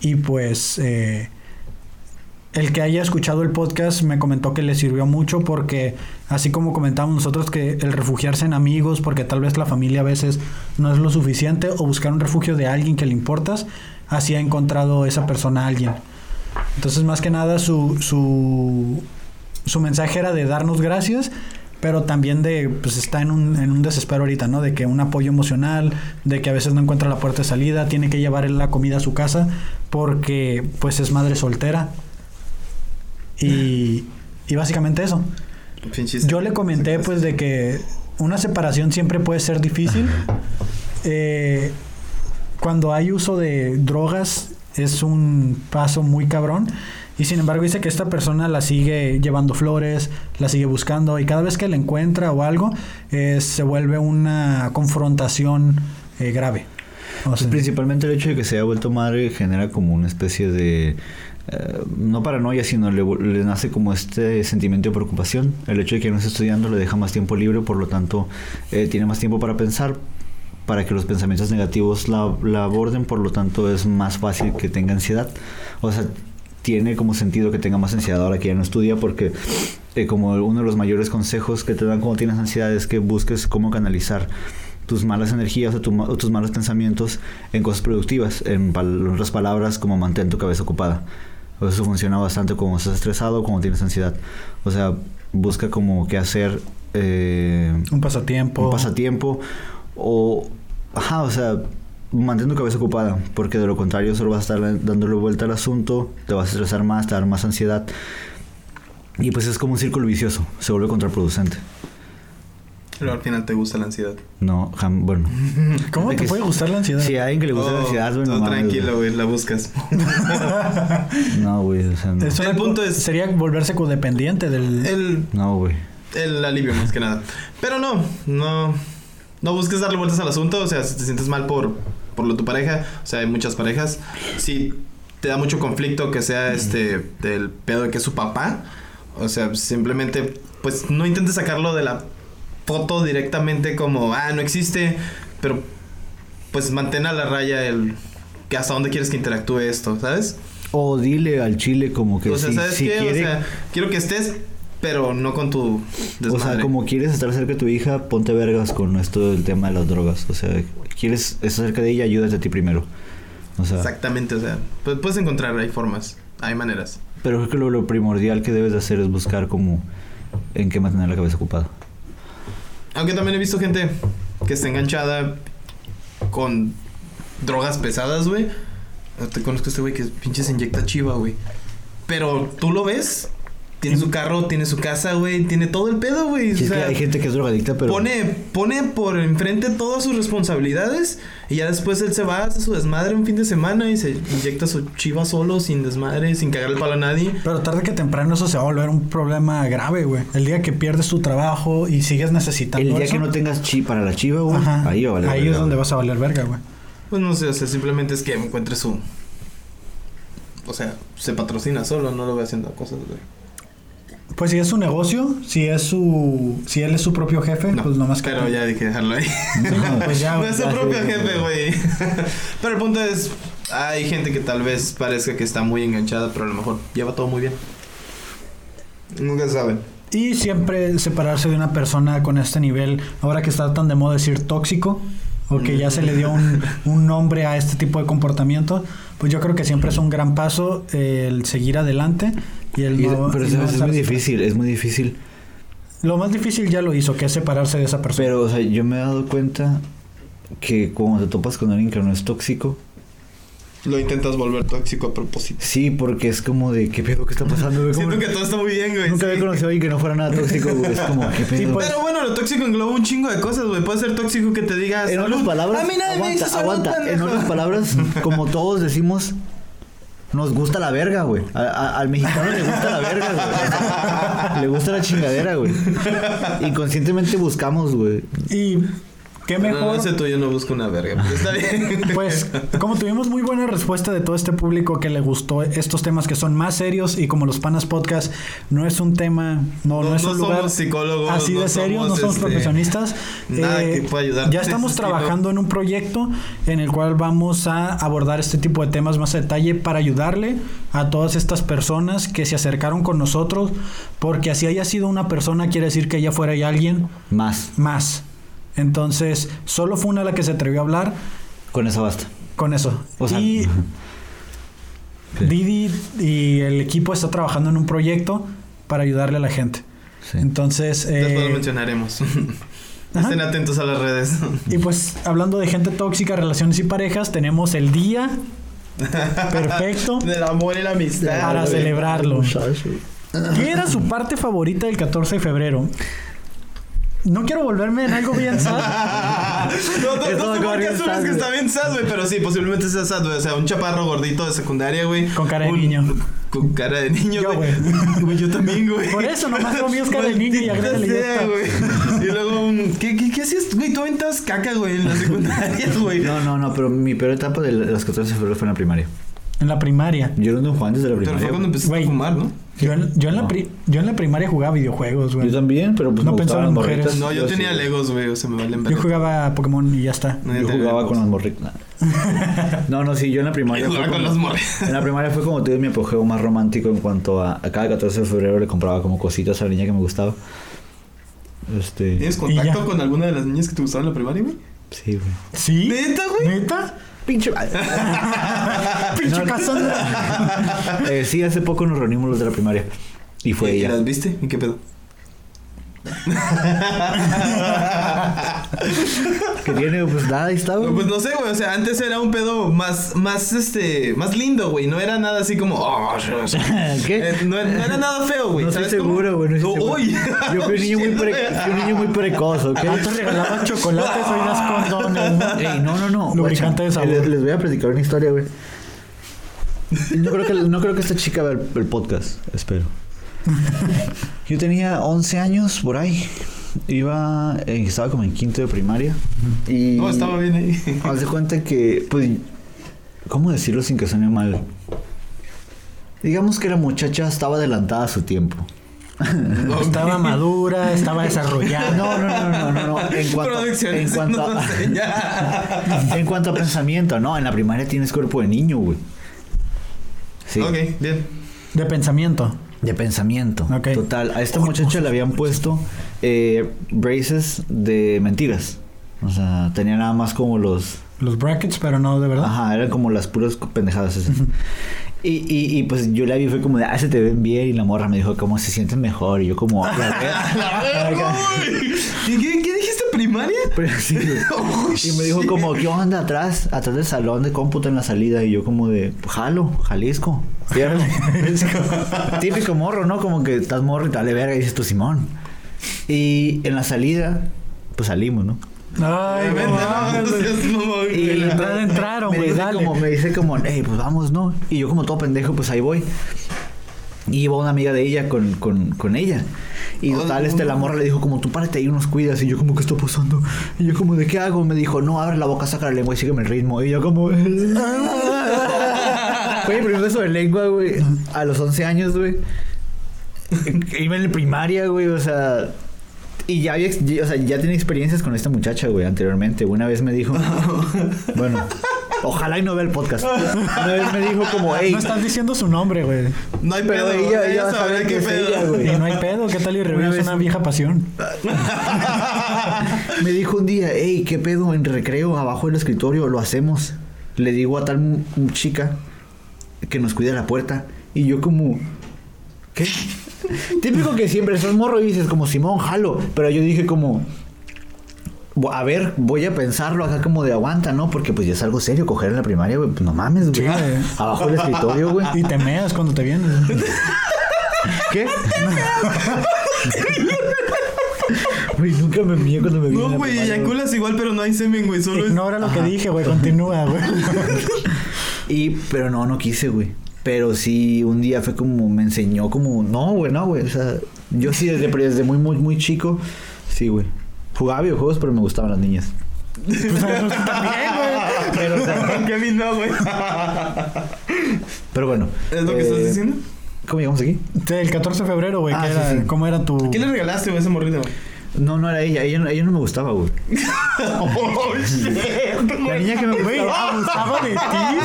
Speaker 3: y pues eh, el que haya escuchado el podcast me comentó que le sirvió mucho porque así como comentábamos nosotros que el refugiarse en amigos porque tal vez la familia a veces no es lo suficiente o buscar un refugio de alguien que le importas, así ha encontrado esa persona a alguien. Entonces más que nada su, su, su mensaje era de darnos gracias, pero también de, pues está en un, en un desespero ahorita, ¿no? De que un apoyo emocional, de que a veces no encuentra la puerta de salida, tiene que llevar la comida a su casa porque pues es madre soltera. Y, y básicamente eso.
Speaker 1: Pinches.
Speaker 3: Yo le comenté
Speaker 1: este
Speaker 3: pues de que una separación siempre puede ser difícil. Eh, cuando hay uso de drogas es un paso muy cabrón. Y sin embargo dice que esta persona la sigue llevando flores, la sigue buscando y cada vez que la encuentra o algo eh, se vuelve una confrontación eh, grave. O sea,
Speaker 2: Principalmente el hecho de que se haya vuelto madre genera como una especie de... eh, no paranoia, sino le, vu- le nace como este sentimiento de preocupación. El hecho de que no esté estudiando le deja más tiempo libre, por lo tanto eh, tiene más tiempo para pensar, para que los pensamientos negativos la, la aborden, por lo tanto es más fácil que tenga ansiedad. O sea, tiene como sentido que tenga más ansiedad ahora que ya no estudia porque eh, como uno de los mayores consejos que te dan cuando tienes ansiedad es que busques cómo canalizar tus malas energías o, tu ma- o tus malos pensamientos en cosas productivas, en pal- otras palabras como mantén tu cabeza ocupada. O sea, Eso funciona bastante cuando estás estresado o cuando tienes ansiedad. O sea, busca como qué hacer eh,
Speaker 3: Un pasatiempo.
Speaker 2: un pasatiempo o ajá, o sea, mantén tu cabeza ocupada, porque de lo contrario solo vas a estar dándole vuelta al asunto, te vas a estresar más, te va a dar más ansiedad. Y pues es como un círculo vicioso, se vuelve contraproducente.
Speaker 1: Pero al final te gusta la ansiedad.
Speaker 2: No, jam- bueno.
Speaker 3: ¿Cómo
Speaker 2: De
Speaker 3: te
Speaker 2: que
Speaker 3: puede
Speaker 2: si-
Speaker 3: gustar la ansiedad?
Speaker 2: Si a alguien que le gusta la
Speaker 1: Oh,
Speaker 2: ansiedad, güey,
Speaker 1: tú
Speaker 2: no mames,
Speaker 1: tranquilo, güey, la
Speaker 2: [LAUGHS]
Speaker 1: buscas.
Speaker 2: güey. No, güey, o sea, no.
Speaker 3: Eso
Speaker 1: El
Speaker 3: era-
Speaker 1: punto es-
Speaker 3: Sería volverse codependiente del...
Speaker 1: El,
Speaker 2: No, güey.
Speaker 1: el alivio más que nada. Pero no, no. No busques darle vueltas al asunto, o sea, si te sientes mal por, por lo de tu pareja, o sea, hay muchas parejas. Si te da mucho conflicto que sea este del pedo de que es su papá, o sea, simplemente pues no intentes sacarlo de la foto directamente como, ah, no existe, pero pues mantén a la raya el que hasta dónde quieres que interactúe esto, ¿sabes?
Speaker 2: O dile al chile como que
Speaker 1: o sea,
Speaker 2: si,
Speaker 1: ¿sabes
Speaker 2: si
Speaker 1: qué?
Speaker 2: quiere,
Speaker 1: O sea, quiero que estés, pero no con tu desmadre.
Speaker 2: O sea, como quieres estar cerca de tu hija, ponte vergas con esto del tema de las drogas. O sea, quieres estar cerca de ella, ayúdate a ti primero. O sea,
Speaker 1: Exactamente, o sea, pu- puedes encontrar, hay formas, hay maneras.
Speaker 2: pero creo que lo, lo primordial que debes de hacer es buscar como en qué mantener la cabeza ocupada.
Speaker 1: Aunque también he visto gente que está enganchada con drogas pesadas, güey. Yo Te conozco a este güey que pinche se inyecta chiva, güey. Pero tú lo ves, tiene su carro, tiene su casa, güey, tiene todo el pedo, güey. O
Speaker 2: Sí, es que
Speaker 1: sea,
Speaker 2: hay gente que es drogadicta, pero...
Speaker 1: Pone, pone por enfrente todas sus responsabilidades y ya después él se va, hace su desmadre un fin de semana y se inyecta su chiva solo, sin desmadre, sin cagar el palo a nadie.
Speaker 3: Pero tarde que temprano eso se va a volver un problema grave, güey. El día que pierdes tu trabajo y sigues necesitando
Speaker 2: el día
Speaker 3: eso,
Speaker 2: que no tengas chi para la chiva, güey,
Speaker 3: ajá,
Speaker 2: ahí, va a valer
Speaker 3: ahí
Speaker 2: verga,
Speaker 3: es donde
Speaker 2: güey.
Speaker 3: vas a valer verga, güey.
Speaker 1: Pues no sé, o sea, simplemente es que encuentre su... O sea, se patrocina solo, no lo ve haciendo cosas, güey.
Speaker 3: Pues si es su negocio, si es su... Si él es su propio jefe,
Speaker 1: No,
Speaker 3: pues nomás que...
Speaker 1: pero ya dije dejarlo ahí.
Speaker 3: No,
Speaker 1: [LAUGHS]
Speaker 3: pues ya,
Speaker 1: no
Speaker 3: güey,
Speaker 1: es su
Speaker 3: ya,
Speaker 1: propio
Speaker 3: sí,
Speaker 1: jefe, güey. [LAUGHS] pero el punto es, hay gente que tal vez parezca que está muy enganchada, pero a lo mejor lleva todo muy bien. Nunca se sabe.
Speaker 3: Y siempre separarse de una persona con este nivel, ahora que está tan de moda decir tóxico, o que ya se le
Speaker 1: [LAUGHS]
Speaker 3: dio un, un nombre a este tipo de comportamiento, pues yo creo que siempre es un gran paso eh, el seguir adelante y el
Speaker 2: Y-
Speaker 3: no-
Speaker 2: pero
Speaker 3: y
Speaker 2: ¿sabes?
Speaker 3: no
Speaker 2: es muy
Speaker 3: estar-
Speaker 2: difícil, es muy difícil.
Speaker 3: Lo más difícil ya lo hizo, que es separarse de esa persona.
Speaker 2: Pero, o sea, yo me he dado cuenta que cuando te topas con alguien que no es tóxico,
Speaker 1: Lo intentas volver tóxico a propósito.
Speaker 2: sí, porque es como de, ¿qué pedo que está
Speaker 3: [LAUGHS]
Speaker 2: pasando? güey? ¿Cómo
Speaker 1: Siento
Speaker 2: no-
Speaker 1: que todo está muy bien, güey.
Speaker 2: Nunca
Speaker 1: sí.
Speaker 2: había conocido a alguien que no fuera nada tóxico, güey. Es como, qué pedo.
Speaker 3: Sí, pues,
Speaker 1: Pero bueno, lo tóxico engloba un chingo de cosas, güey. Puede ser tóxico que te digas.
Speaker 2: en otras
Speaker 1: "Salud".
Speaker 2: palabras,
Speaker 1: A mí nadie me
Speaker 2: aguanta,
Speaker 1: dice salud,
Speaker 2: aguanta. En
Speaker 1: pendejo.
Speaker 2: otras palabras, como todos decimos, nos gusta la verga, güey. A- a- al mexicano le gusta la verga, güey. Le gusta la chingadera, güey. Inconscientemente buscamos, güey.
Speaker 3: y qué mejor.
Speaker 1: No, no sé tú, yo no busco una verga. Pero está [LAUGHS] bien.
Speaker 3: Pues como tuvimos muy buena respuesta de todo este público que le gustó estos temas que son más serios y como los Panas Podcast no es un tema, no, no,
Speaker 1: No-
Speaker 3: es
Speaker 1: no
Speaker 3: un
Speaker 1: somos
Speaker 3: lugar
Speaker 1: psicólogos,
Speaker 3: así
Speaker 1: no
Speaker 3: de serio, no
Speaker 1: somos,
Speaker 3: somos
Speaker 1: este,
Speaker 3: profesionistas. Eh,
Speaker 1: nada que pueda ayudarte
Speaker 3: Ya
Speaker 1: de
Speaker 3: estamos
Speaker 1: ese estilo.
Speaker 3: trabajando en un proyecto en el cual vamos a abordar este tipo de temas más a detalle para ayudarle a todas estas personas que se acercaron con nosotros, porque así haya sido una persona quiere decir que allá fuera hay alguien
Speaker 2: Más.
Speaker 3: más. Entonces, solo fue una la que se atrevió a hablar.
Speaker 2: Con eso basta.
Speaker 3: Con eso.
Speaker 2: O sea,
Speaker 3: y
Speaker 2: [LAUGHS] Sí.
Speaker 3: Didi y el equipo está trabajando en un proyecto para ayudarle a la gente.
Speaker 2: Sí.
Speaker 3: Entonces,
Speaker 1: Después lo
Speaker 3: eh,
Speaker 1: mencionaremos.
Speaker 3: ajá.
Speaker 1: Estén atentos a las redes.
Speaker 3: y pues hablando de gente tóxica, relaciones y parejas, tenemos el día perfecto
Speaker 1: Del amor y la amistad.
Speaker 3: para
Speaker 1: güey. [LAUGHS]
Speaker 3: celebrarlo. ¿Qué era su parte favorita del 14 de febrero? No quiero volverme en algo bien
Speaker 1: [LAUGHS]
Speaker 3: sad.
Speaker 1: No, no, no
Speaker 2: Eso va a
Speaker 1: sé por
Speaker 2: acabar
Speaker 1: qué
Speaker 2: bien
Speaker 1: asumes
Speaker 2: sad,
Speaker 1: que
Speaker 2: güey.
Speaker 1: está bien sad, güey, pero sí, posiblemente sea sad, güey. O sea, un chaparro gordito de secundaria, güey.
Speaker 3: Con cara de
Speaker 1: Un-
Speaker 3: niño.
Speaker 1: Con cara de niño,
Speaker 3: Yo,
Speaker 1: güey. Güey, Yo también, güey.
Speaker 3: Por eso, nomás lo mío es cara de niño y
Speaker 1: Maldita
Speaker 3: agrégale ya
Speaker 1: sea,
Speaker 3: está.
Speaker 1: güey. Y luego un... ¿Qué, qué, qué hacías, güey? Tú aventabas caca, güey, en la secundaria, güey.
Speaker 2: No, no, no, pero mi peor etapa de las 14 de febrero fue en la primaria.
Speaker 3: En la primaria.
Speaker 2: Yo era un Don Juan desde la
Speaker 1: Pero
Speaker 2: primaria.
Speaker 1: fue cuando
Speaker 2: güey.
Speaker 1: empezaste
Speaker 3: Güey.
Speaker 1: a fumar, ¿no?
Speaker 3: Yo en, yo en la
Speaker 2: No.
Speaker 3: pri- yo en la primaria jugaba videojuegos, güey.
Speaker 2: Yo
Speaker 3: Yo,
Speaker 2: también, pero pues
Speaker 3: No
Speaker 2: me
Speaker 3: pensaba
Speaker 2: gustaban
Speaker 3: en
Speaker 2: las
Speaker 3: mujeres.
Speaker 2: morritas.
Speaker 1: No, yo tenía
Speaker 2: sí.
Speaker 1: Legos, güey, o se me valen verga.
Speaker 3: jugaba a Pokémon y ya está.
Speaker 1: Nadie
Speaker 2: Yo
Speaker 1: tenía
Speaker 2: jugaba
Speaker 1: Legos.
Speaker 2: con las morritas.
Speaker 1: [LAUGHS]
Speaker 2: No, no, sí, yo en la primaria.
Speaker 1: Yo
Speaker 2: fue
Speaker 1: jugaba con
Speaker 2: cuando-
Speaker 1: las morritas.
Speaker 2: En la primaria fue como tuve mi apogeo más romántico en cuanto a. A cada 14 de febrero le compraba como cositas a la niña que me gustaba. Este.
Speaker 1: ¿Tienes
Speaker 3: Y ya.
Speaker 1: contacto con alguna de las niñas que te gustaban en la primaria, güey?
Speaker 2: Sí, güey.
Speaker 3: ¿Sí?
Speaker 1: ¿Neta, güey?
Speaker 3: ¿Neta? [LAUGHS]
Speaker 2: Pinche.
Speaker 3: Pinche
Speaker 2: No.
Speaker 3: Cassandra.
Speaker 2: Eh, sí, hace poco nos reunimos los de la primaria. Y fue
Speaker 1: ¿Y
Speaker 2: ella.
Speaker 1: las viste? ¿Y qué pedo?
Speaker 2: Que tiene, pues nada, ahí estaba.
Speaker 1: No, [LAUGHS] Pues no sé, güey, o sea, antes era un pedo más, más, este, más lindo, güey, no era nada así como, oh, yo-
Speaker 2: [LAUGHS] ¿Qué?
Speaker 1: Eh, no, no era nada feo, güey.
Speaker 2: No estoy
Speaker 1: ¿sabes cómo?
Speaker 2: seguro, güey. No estoy
Speaker 1: No,
Speaker 2: seguro.
Speaker 1: uy.
Speaker 2: [LAUGHS] Yo fui un
Speaker 1: [LAUGHS]
Speaker 2: niño muy, [LAUGHS] pre- fui un niño muy precoz, ¿ok?
Speaker 3: Antes regalaban chocolates, hoy das condones. ¿no?
Speaker 2: Ey, no, no, no.
Speaker 3: Lubricante de
Speaker 2: Guacha,
Speaker 3: sabor.
Speaker 2: Les, les voy a platicar una historia, güey. No creo que, no creo que esta chica vea el, el podcast, [LAUGHS] espero. Yo tenía 11 años por ahí. Iba, eh, estaba como en quinto de primaria. Y
Speaker 1: No, estaba bien ahí.
Speaker 2: Haz de cuenta que, pues, ¿cómo decirlo sin que suene mal? Digamos que la muchacha estaba adelantada a su tiempo.
Speaker 3: [LAUGHS] Estaba madura, estaba desarrollada.
Speaker 2: No, no, no, no, no, no. En cuanto, a- en
Speaker 1: Producciones,
Speaker 2: cuanto,
Speaker 1: no
Speaker 2: a,
Speaker 1: sé, ya.
Speaker 2: en cuanto a pensamiento, no, en la primaria tienes cuerpo de niño, güey. [LAUGHS] Sí.
Speaker 1: Ok,
Speaker 2: [LAUGHS]
Speaker 1: bien.
Speaker 3: De pensamiento.
Speaker 2: De pensamiento.
Speaker 3: Ok.
Speaker 2: Total. A esta muchacha le habían puesto eh, braces de mentiras. O sea, tenía nada más como los.
Speaker 3: Los brackets, pero no de verdad.
Speaker 2: Ajá, eran como las puras pendejadas esas. Y, y, y, pues yo la vi, fue como de, ah, se te ven bien. Y la morra me dijo, ¿cómo se sienten mejor? Y yo, como, "A la
Speaker 1: [LAUGHS]
Speaker 2: verga".
Speaker 1: ¿Y qué, qué dijiste primaria?
Speaker 2: Pero [LAUGHS] sí, güey. Y me dijo como, ¿qué onda atrás? Atrás del salón de cómputo en la salida. Y yo como de, "Pues jalo, Jalisco. Fierro. [LAUGHS] Típico morro, ¿no? Como que estás morro y dale verga y dices tú, Simón. Y en la salida, pues salimos, ¿no?
Speaker 3: Ay,
Speaker 1: Vente,
Speaker 3: no,
Speaker 1: no,
Speaker 3: mames,
Speaker 1: no
Speaker 3: güey.
Speaker 1: seas mamón,
Speaker 2: Ah, Y
Speaker 1: güey.
Speaker 3: la entrada entraron,
Speaker 2: me
Speaker 3: güey,
Speaker 2: dice
Speaker 3: dale.
Speaker 2: Como, me dice como, hey, pues vamos, ¿no? Y yo como todo pendejo, pues ahí voy. Y iba una amiga de ella con, con, con ella. Y total, este, la morra le dijo como, tú párate ahí, unos cuidas. Y yo como, ¿qué está pasando? Y yo como, ¿de qué hago? Me dijo, no, abre la boca, saca la lengua y sígueme el ritmo. Y yo como... [LAUGHS] Fue mi primer beso de lengua, güey. A los 11 años, güey. Iba en la primaria, güey, o sea... Y ya había, ex- ya- o sea, ya tenía experiencias con esta muchacha, güey, anteriormente. Una vez me dijo... bueno, ojalá y no vea el podcast. Una vez me dijo como, hey...
Speaker 3: No estás diciendo su nombre, güey.
Speaker 1: No hay
Speaker 2: Pero
Speaker 1: pedo.
Speaker 2: ella- ella va a
Speaker 1: sabrá
Speaker 2: saber que es ella, güey.
Speaker 3: Y no hay pedo, ¿qué tal y revelas
Speaker 2: vez-
Speaker 3: una vieja pasión?
Speaker 2: me dijo un día, hey, ¿qué pedo? En recreo, abajo del escritorio, lo hacemos. Le digo a tal mu- mu- chica que nos cuide la puerta. Y yo como... ¿Qué? Típico que siempre estás morro y dices como Simón, jalo. Pero yo dije como... "Bu- A ver, voy a pensarlo acá como de aguanta, ¿no? Porque pues ya es algo serio coger en la primaria, güey. Pues no mames, güey.
Speaker 3: Sí, güey.
Speaker 2: Abajo del escritorio, güey.
Speaker 3: Y te meas cuando te vienes.
Speaker 2: [LAUGHS] ¿Qué? Güey, nunca me mié cuando me vi
Speaker 1: [LAUGHS]
Speaker 2: en
Speaker 1: No,
Speaker 2: la
Speaker 1: güey,
Speaker 2: primaria, güey.
Speaker 1: eyaculas igual, pero no hay semen, güey. Solo es.
Speaker 3: Ignora lo que dije, güey. Continúa, güey.
Speaker 2: Y, pero no, no quise, güey. Pero sí, un día fue como, me enseñó como, no, güey, no, güey. O sea, yo sí desde, pero desde muy, muy, muy chico, sí, güey. Jugaba videojuegos, pero me gustaban las niñas.
Speaker 3: Pues, también, güey.
Speaker 2: Pero, o
Speaker 1: [LAUGHS]
Speaker 2: sea,
Speaker 1: Kevin, no,
Speaker 2: [LAUGHS]
Speaker 1: güey.
Speaker 2: pero bueno.
Speaker 1: ¿Es lo que estás
Speaker 2: eh,
Speaker 1: diciendo?
Speaker 2: ¿Cómo llegamos aquí?
Speaker 3: Sí, El 14 de febrero, güey.
Speaker 2: Ah,
Speaker 3: ¿qué
Speaker 2: sí,
Speaker 3: era?
Speaker 2: sí.
Speaker 3: ¿Cómo era tu...?
Speaker 1: ¿Qué le regalaste, güey, a esa morrita, güey?
Speaker 2: No, no era ella, ella, no- ella no me gustaba, güey.
Speaker 1: [LAUGHS] Oh, shit,
Speaker 2: La niña que me
Speaker 3: Güey,
Speaker 2: gustaba.
Speaker 3: abusaba de ti.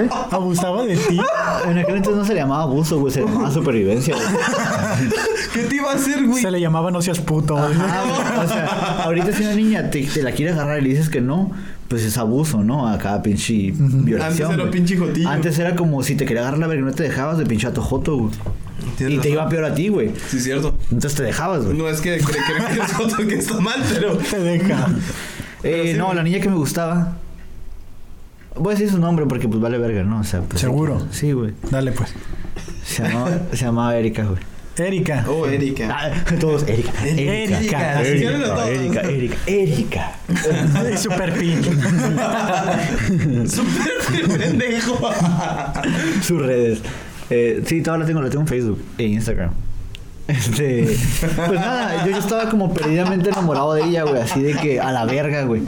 Speaker 3: ¿Eh? Abusaba de ti.
Speaker 2: En aquel entonces no se le llamaba abuso, güey, se le llamaba supervivencia, güey.
Speaker 1: ¿Qué te iba a hacer, güey?
Speaker 3: Se le llamaba no seas puto, güey. [LAUGHS]
Speaker 2: Ah, o sea, ahorita si una niña te, te la quiere agarrar y le dices que no, pues es abuso, ¿no? Acá pinche violación.
Speaker 1: Antes era
Speaker 2: güey.
Speaker 1: pinche jotillo.
Speaker 2: Antes era como si te quería agarrar la verga y no te dejabas de pinche joto, güey.
Speaker 1: Tienes
Speaker 2: Y te
Speaker 1: razón.
Speaker 2: iba peor a ti, güey.
Speaker 1: Sí, es cierto.
Speaker 2: Entonces te dejabas, güey.
Speaker 1: No es que cre- creo que es otro que está mal,
Speaker 2: [LAUGHS]
Speaker 1: pero.
Speaker 3: Te deja.
Speaker 2: Eh,
Speaker 1: sí,
Speaker 2: no,
Speaker 1: güey.
Speaker 2: la niña que me gustaba. Voy a decir su nombre porque pues vale verga, ¿no? O sea, pues,
Speaker 3: Seguro.
Speaker 2: Sí, güey.
Speaker 3: Dale, pues.
Speaker 2: Se llamaba, se llamaba Erika, güey.
Speaker 3: Erika.
Speaker 1: Oh, Erika.
Speaker 2: Ah, todos, Erika, Erika,
Speaker 3: Erika,
Speaker 2: Erika,
Speaker 3: así
Speaker 1: eran todos.
Speaker 2: Erika, Erika, Erika, Erika.
Speaker 3: [LAUGHS] Super pinche.
Speaker 1: [LAUGHS] Súper
Speaker 2: [LAUGHS]
Speaker 1: pendejo.
Speaker 2: Sus redes. Eh, sí, todavía la tengo, la tengo en Facebook e Instagram. Este, pues nada, yo, yo estaba como perdidamente enamorado de ella, güey, así de que a la verga, güey.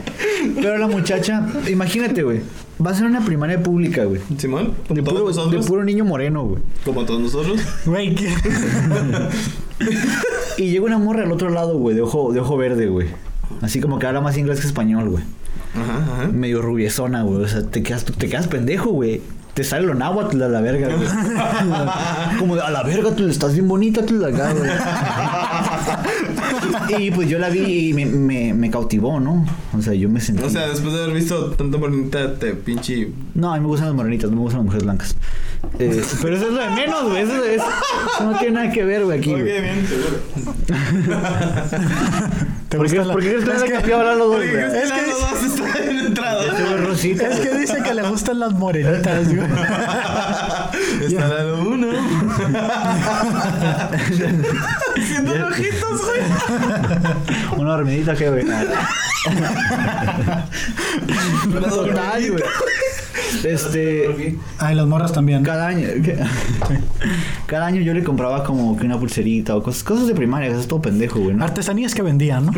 Speaker 2: Pero la muchacha, imagínate, güey, va a ser una primaria pública, güey.
Speaker 1: Simón, como
Speaker 2: De
Speaker 1: todos
Speaker 2: puro, de
Speaker 1: nosotros.
Speaker 2: puro niño moreno, güey.
Speaker 1: Como todos nosotros.
Speaker 3: Güey, ¿qué?
Speaker 2: Y llega una morra al otro lado, güey, de ojo, de ojo verde, güey. Así como que habla más inglés que español, güey.
Speaker 1: Ajá, ajá.
Speaker 2: Medio rubiezona, güey. O sea, te quedas, te quedas pendejo, güey. Te sale lo náhuatl a la verga,
Speaker 3: [LAUGHS]
Speaker 2: güey. Como de, a la verga, tú estás bien bonita, tú la acá,
Speaker 3: [LAUGHS]
Speaker 2: güey. Y pues yo la vi y me, me, me cautivó, ¿no? O sea, yo me sentí.
Speaker 1: O sea, después de haber visto tanta bonita, te pinche.
Speaker 2: No, a mí me gustan las morenitas, no me gustan las mujeres blancas. Eh, pero eso es lo de menos, güey. Eso, es- eso no tiene nada que ver, güey, aquí.
Speaker 6: Ok,
Speaker 2: güey.
Speaker 6: bien, seguro.
Speaker 3: ¿Te
Speaker 2: ¿Por qué,
Speaker 3: gusta la-
Speaker 2: ¿Por qué crees que
Speaker 3: Es
Speaker 2: no le
Speaker 3: que-
Speaker 2: cambió hablar los dos, güey?
Speaker 3: Es que-
Speaker 1: los dos están en entrada.
Speaker 2: Este
Speaker 1: [LAUGHS]
Speaker 2: güey es Rosita,
Speaker 3: Es
Speaker 2: güey.
Speaker 3: que dice que le gustan las morenitas, güey.
Speaker 1: Está dado uno. Haciendo ojitos, güey.
Speaker 2: Una dormidita que, güey.
Speaker 1: Una
Speaker 2: Total, güey. Este.
Speaker 3: Ah, y las morras también.
Speaker 2: Cada año. que- Cada año yo le compraba como que una pulserita o cosas, cosas de primaria, que es todo pendejo, güey. ¿no?
Speaker 3: Artesanías que vendían, ¿no?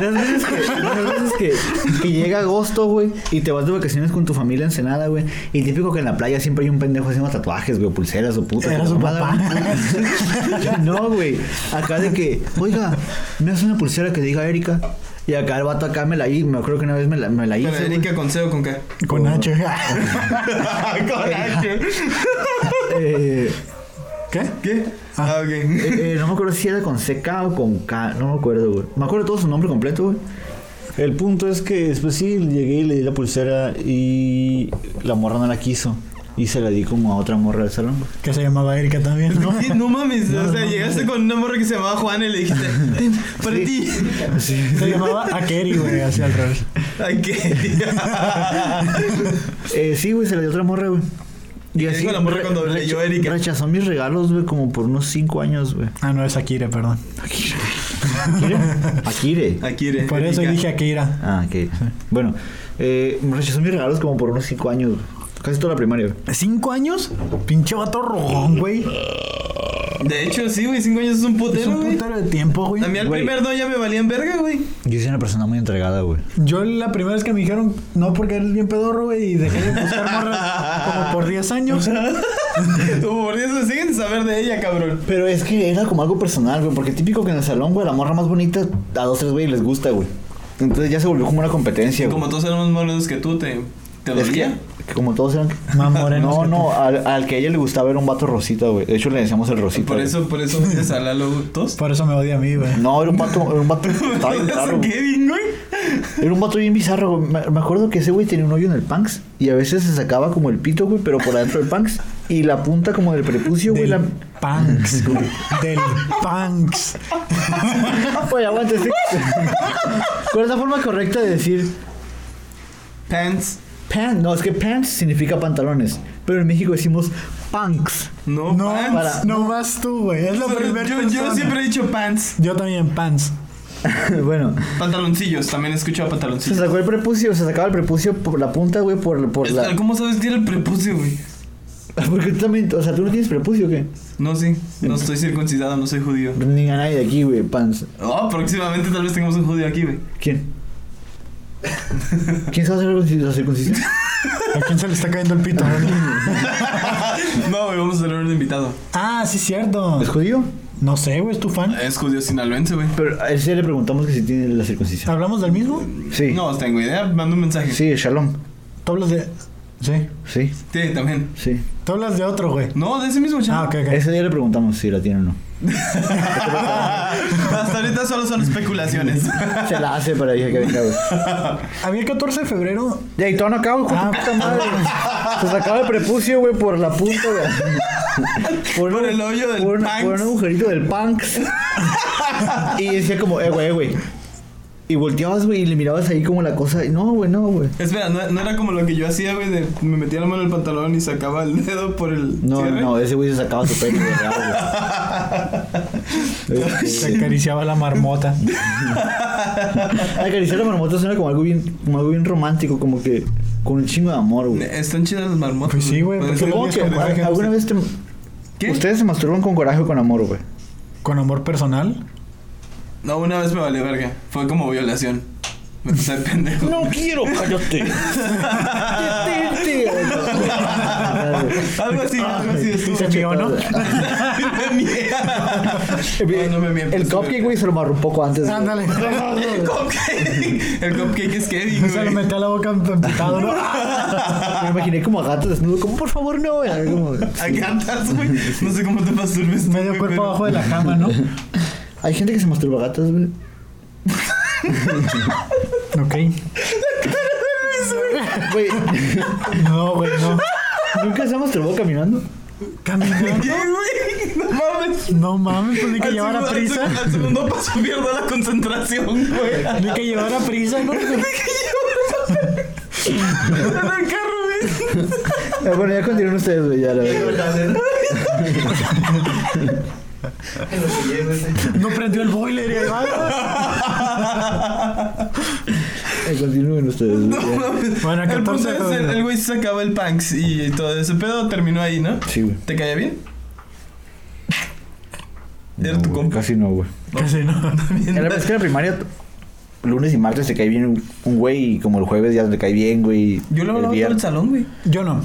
Speaker 2: Las veces, que, las veces que, que llega agosto, güey, y te vas de vacaciones con tu familia en Ensenada, güey. Y típico que en la playa siempre hay un pendejo haciendo tatuajes, güey, pulseras o putas.
Speaker 3: Era
Speaker 2: o
Speaker 3: su
Speaker 2: mamada, güey. no, güey. Acá de que, oiga, me hace una pulsera que diga Erika. Y acá el vato acá me la hizo, me acuerdo que una vez me la, me la hizo.
Speaker 1: Pero
Speaker 2: güey.
Speaker 1: Erika con C o con K.
Speaker 3: Con
Speaker 1: [LAUGHS]
Speaker 3: H.
Speaker 1: con H.
Speaker 2: Eh,
Speaker 3: ¿Qué?
Speaker 1: ¿Qué? Ah, ok.
Speaker 2: Eh, eh, no me acuerdo si era con CK o con K, no me acuerdo, güey. Me acuerdo todo su nombre completo, güey.
Speaker 7: El punto es que después sí llegué y le di la pulsera y la morra no la quiso. Y se la di como a otra morra del salón. güey.
Speaker 3: Que se llamaba Erika también, ¿no?
Speaker 1: Sí, [LAUGHS] No mames, o sea, llegaste con una morra que se llamaba Juana y le dijiste, "Ten, para ti. [LAUGHS]
Speaker 3: Se llamaba Akeri, güey, así al revés.
Speaker 1: Ay, qué.
Speaker 2: Eh, sí, güey, se la dio otra morra, güey.
Speaker 1: ¿Y qué dijo la morra cuando le leyó Erika?
Speaker 2: Rechazó mis regalos, güey, como por unos 5 años,
Speaker 7: [LAUGHS]
Speaker 2: güey.
Speaker 3: Ah, no, es Akira, perdón.
Speaker 2: ¿Akire? ¿Akire?
Speaker 1: Akire.
Speaker 3: Por eso
Speaker 1: Erika.
Speaker 3: dije Akira.
Speaker 2: Ah, ok. Bueno, eh, rechazó mis regalos como por unos 5 años, güey. Casi toda la primaria, güey.
Speaker 3: ¿Cinco años? Pinche vato rojón, güey.
Speaker 1: De hecho, sí, güey, cinco años es un
Speaker 3: Es
Speaker 1: putero,
Speaker 3: un
Speaker 1: güey.
Speaker 3: puntero de tiempo, güey.
Speaker 1: A mí al
Speaker 2: Güey.
Speaker 1: primer don ya me valían verga, güey.
Speaker 2: Yo soy una persona muy entregada, güey.
Speaker 3: Yo la primera vez que me dijeron, no, porque eres bien pedorro, güey, y dejé de buscar morras como por 10 años.
Speaker 1: [LAUGHS] Como por eso siguen sin saber de ella, cabrón.
Speaker 2: Pero es que era como algo personal, güey, porque típico que en el salón, güey, la morra más bonita a dos, tres, güey, les gusta, güey. Entonces ya se volvió como una competencia, güey.
Speaker 1: Como todos eran más malos que tú, ¿te, te
Speaker 2: Es que,
Speaker 1: dolía?
Speaker 2: que como todos
Speaker 1: [LAUGHS]
Speaker 2: eran...
Speaker 3: Más morenos
Speaker 2: No,
Speaker 3: que
Speaker 2: no, al, al que a ella le gustaba era un vato rosita, güey. De hecho, le decíamos el rosita.
Speaker 1: Por
Speaker 2: güey.
Speaker 1: eso, por eso dices a Lalo Tos.
Speaker 3: [LAUGHS] Por eso me odia a mí, güey.
Speaker 2: No, era un vato, era
Speaker 1: [LAUGHS]
Speaker 2: un vato... estaba bien raro,
Speaker 1: ¿Eso
Speaker 2: güey.
Speaker 1: Kevin, güey?
Speaker 2: Era un vato bien bizarro, güey. Me, me acuerdo que ese güey tenía un hoyo en el punks y a veces se sacaba como el pito, güey, pero por adentro del punks. Y la punta como del prepucio, güey, [LAUGHS]
Speaker 3: Del
Speaker 2: la...
Speaker 3: Punks, güey. Del
Speaker 1: [LAUGHS]
Speaker 3: Punks.
Speaker 2: Güey, Ah, pues,
Speaker 1: [LAUGHS]
Speaker 2: aguante, sí. ¿Cuál es la forma correcta de decir
Speaker 1: Pants.
Speaker 2: Pants, no, es que pants significa pantalones. Pero en México decimos punks. [LAUGHS]
Speaker 1: No,
Speaker 3: No,
Speaker 1: pants.
Speaker 2: para-
Speaker 3: no más tú, güey. Es la
Speaker 1: Pero
Speaker 3: primera
Speaker 1: yo, yo
Speaker 3: persona.
Speaker 1: siempre he dicho pants.
Speaker 3: Yo también, Pants.
Speaker 2: bueno,
Speaker 1: Pantaloncillos, también he escuchado
Speaker 2: se
Speaker 1: pantaloncillos.
Speaker 2: sacó el prepucio, se sacaba el prepucio por la punta, güey, por, por la.
Speaker 1: ¿Cómo sabes que era el prepucio, güey?
Speaker 2: [LAUGHS] Porque tú también, o sea, tú no tienes prepucio, o ¿qué?
Speaker 1: No, sí. No estoy circuncidado, no soy judío.
Speaker 2: Ni a nadie de aquí, güey, pants.
Speaker 1: Oh, próximamente tal vez tengamos un judío aquí,
Speaker 3: [LAUGHS]
Speaker 1: güey.
Speaker 2: ¿Quién? ¿Quién se va a hacer la circuncis- la circuncisión?
Speaker 3: ¿A quién se le está cayendo el pito?
Speaker 1: No, güey, vamos a tener un invitado.
Speaker 3: ah, sí, cierto.
Speaker 2: ¿Es judío?
Speaker 3: No sé, güey, es tu fan.
Speaker 1: Es judío sinaloense, güey.
Speaker 2: Pero a él sí le preguntamos que si tiene la circuncisión.
Speaker 3: ¿Hablamos del mismo?
Speaker 2: Sí.
Speaker 1: No, tengo idea, manda un mensaje. Sí.
Speaker 2: Sí, shalom.
Speaker 3: Tú hablas de. Sí.
Speaker 2: Sí,
Speaker 1: también.
Speaker 2: sí.
Speaker 3: Tú hablas de otro, güey.
Speaker 1: No, de ese mismo
Speaker 3: Ah,
Speaker 1: chavo.
Speaker 3: ok, ok.
Speaker 2: Ese día le preguntamos si la tiene o no.
Speaker 1: Hasta ahorita solo son especulaciones.
Speaker 2: Se la hace para ella que venga,
Speaker 3: [LAUGHS]
Speaker 2: güey.
Speaker 3: A mí el 14 de febrero.
Speaker 2: Daytona acá, güey, con
Speaker 3: Ah,
Speaker 2: tu puta madre. Se sacaba el prepucio, güey, por la punta, güey. Por,
Speaker 1: Por
Speaker 2: un-
Speaker 1: el hoyo del
Speaker 2: por un-
Speaker 1: punks.
Speaker 2: Por un agujerito del punks. y decía como, eh, güey, eh, güey. Y volteabas, güey, y le mirabas ahí como la cosa. y No, güey, no, güey.
Speaker 1: Espera, ¿no, no era como lo que yo hacía, güey, de me metía la mano en el pantalón y sacaba el dedo por el
Speaker 2: No,
Speaker 1: cierre?
Speaker 2: no, ese güey se sacaba su pene, güey, real, güey. [LAUGHS]
Speaker 3: Se
Speaker 2: Este,
Speaker 3: acariciaba la marmota.
Speaker 2: Acariciar la marmota suena como algo bien, como algo bien romántico, como que con un chingo de amor, güey. [LAUGHS]
Speaker 1: Están chidas las marmotas.
Speaker 3: Pues sí, güey,
Speaker 1: Pueden ser
Speaker 3: porque
Speaker 2: Supongo
Speaker 3: luego
Speaker 1: unas
Speaker 2: que
Speaker 1: pendejas
Speaker 2: a-
Speaker 1: que no
Speaker 2: alguna
Speaker 1: sé.
Speaker 2: vez te,
Speaker 1: ¿Qué?
Speaker 2: Ustedes se masturban con coraje o con amor, [LAUGHS] güey.
Speaker 3: Con amor personal.
Speaker 1: No, una vez me valió verga. Fue como violación. Me puse de pendejo. [LAUGHS]
Speaker 7: quiero, cállate.
Speaker 2: [LAUGHS]
Speaker 1: Algo así,
Speaker 2: Ah,
Speaker 1: algo así. estuvo. [LAUGHS]
Speaker 3: Se
Speaker 2: [LAUGHS]
Speaker 3: fió, ¿no?
Speaker 1: me mía. No, no me mía,
Speaker 2: El
Speaker 1: pues,
Speaker 2: cupcake, güey, se lo marró un poco antes. güey.
Speaker 3: Ándale.
Speaker 1: El cupcake. El cupcake es Kevin,
Speaker 3: [LAUGHS] Se lo
Speaker 1: güey.
Speaker 3: metí a la boca emputado, ¿no?
Speaker 2: Me imaginé como a gato desnudo, como por favor no, güey. Algo como-
Speaker 1: Aquí andas, güey. No sé cómo te masturbes. tú,
Speaker 3: Medio
Speaker 1: güey,
Speaker 3: cuerpo
Speaker 1: pero-
Speaker 3: abajo de la cama, ¿no?
Speaker 2: Hay gente que se masturba a gatas, güey.
Speaker 3: Ok.
Speaker 1: [LAUGHS]
Speaker 2: Güey,
Speaker 3: No, güey, no.
Speaker 2: nunca se masturbó caminando.
Speaker 3: Caminando.
Speaker 1: ¿Qué, güey? No mames.
Speaker 3: No mames, pues ni que llevar a
Speaker 1: Al segundo-
Speaker 3: prisa.
Speaker 1: Al, seg- al segundo paso pierdo la concentración,
Speaker 2: [LAUGHS]
Speaker 1: güey.
Speaker 3: Ni que llevar a prisa, [LAUGHS] ¿no?
Speaker 1: En el carro, güey.
Speaker 2: Eh, bueno, ya continúen ustedes, güey, ya la verdad.
Speaker 3: No prendió el boiler y ahí [LAUGHS] va.
Speaker 2: Eh, continúen ustedes, güey. ya.
Speaker 3: Bueno,
Speaker 1: El
Speaker 3: 14
Speaker 1: punto
Speaker 3: de
Speaker 1: es, el, el
Speaker 3: febrero.
Speaker 1: güey se sacaba el punks y todo ese pedo terminó ahí, ¿no?
Speaker 7: Sí, güey.
Speaker 1: ¿Te caía bien? Era
Speaker 7: No,
Speaker 1: tu
Speaker 7: güey,
Speaker 1: compa.
Speaker 7: Casi no, güey.
Speaker 3: Casi no.
Speaker 2: En la, es que en la primaria, lunes y martes te cae bien un, un güey, y como el jueves ya te cae bien, güey.
Speaker 1: Yo lo
Speaker 2: el
Speaker 1: hablaba todo el
Speaker 2: viernes.
Speaker 1: salón, güey.
Speaker 3: Yo no.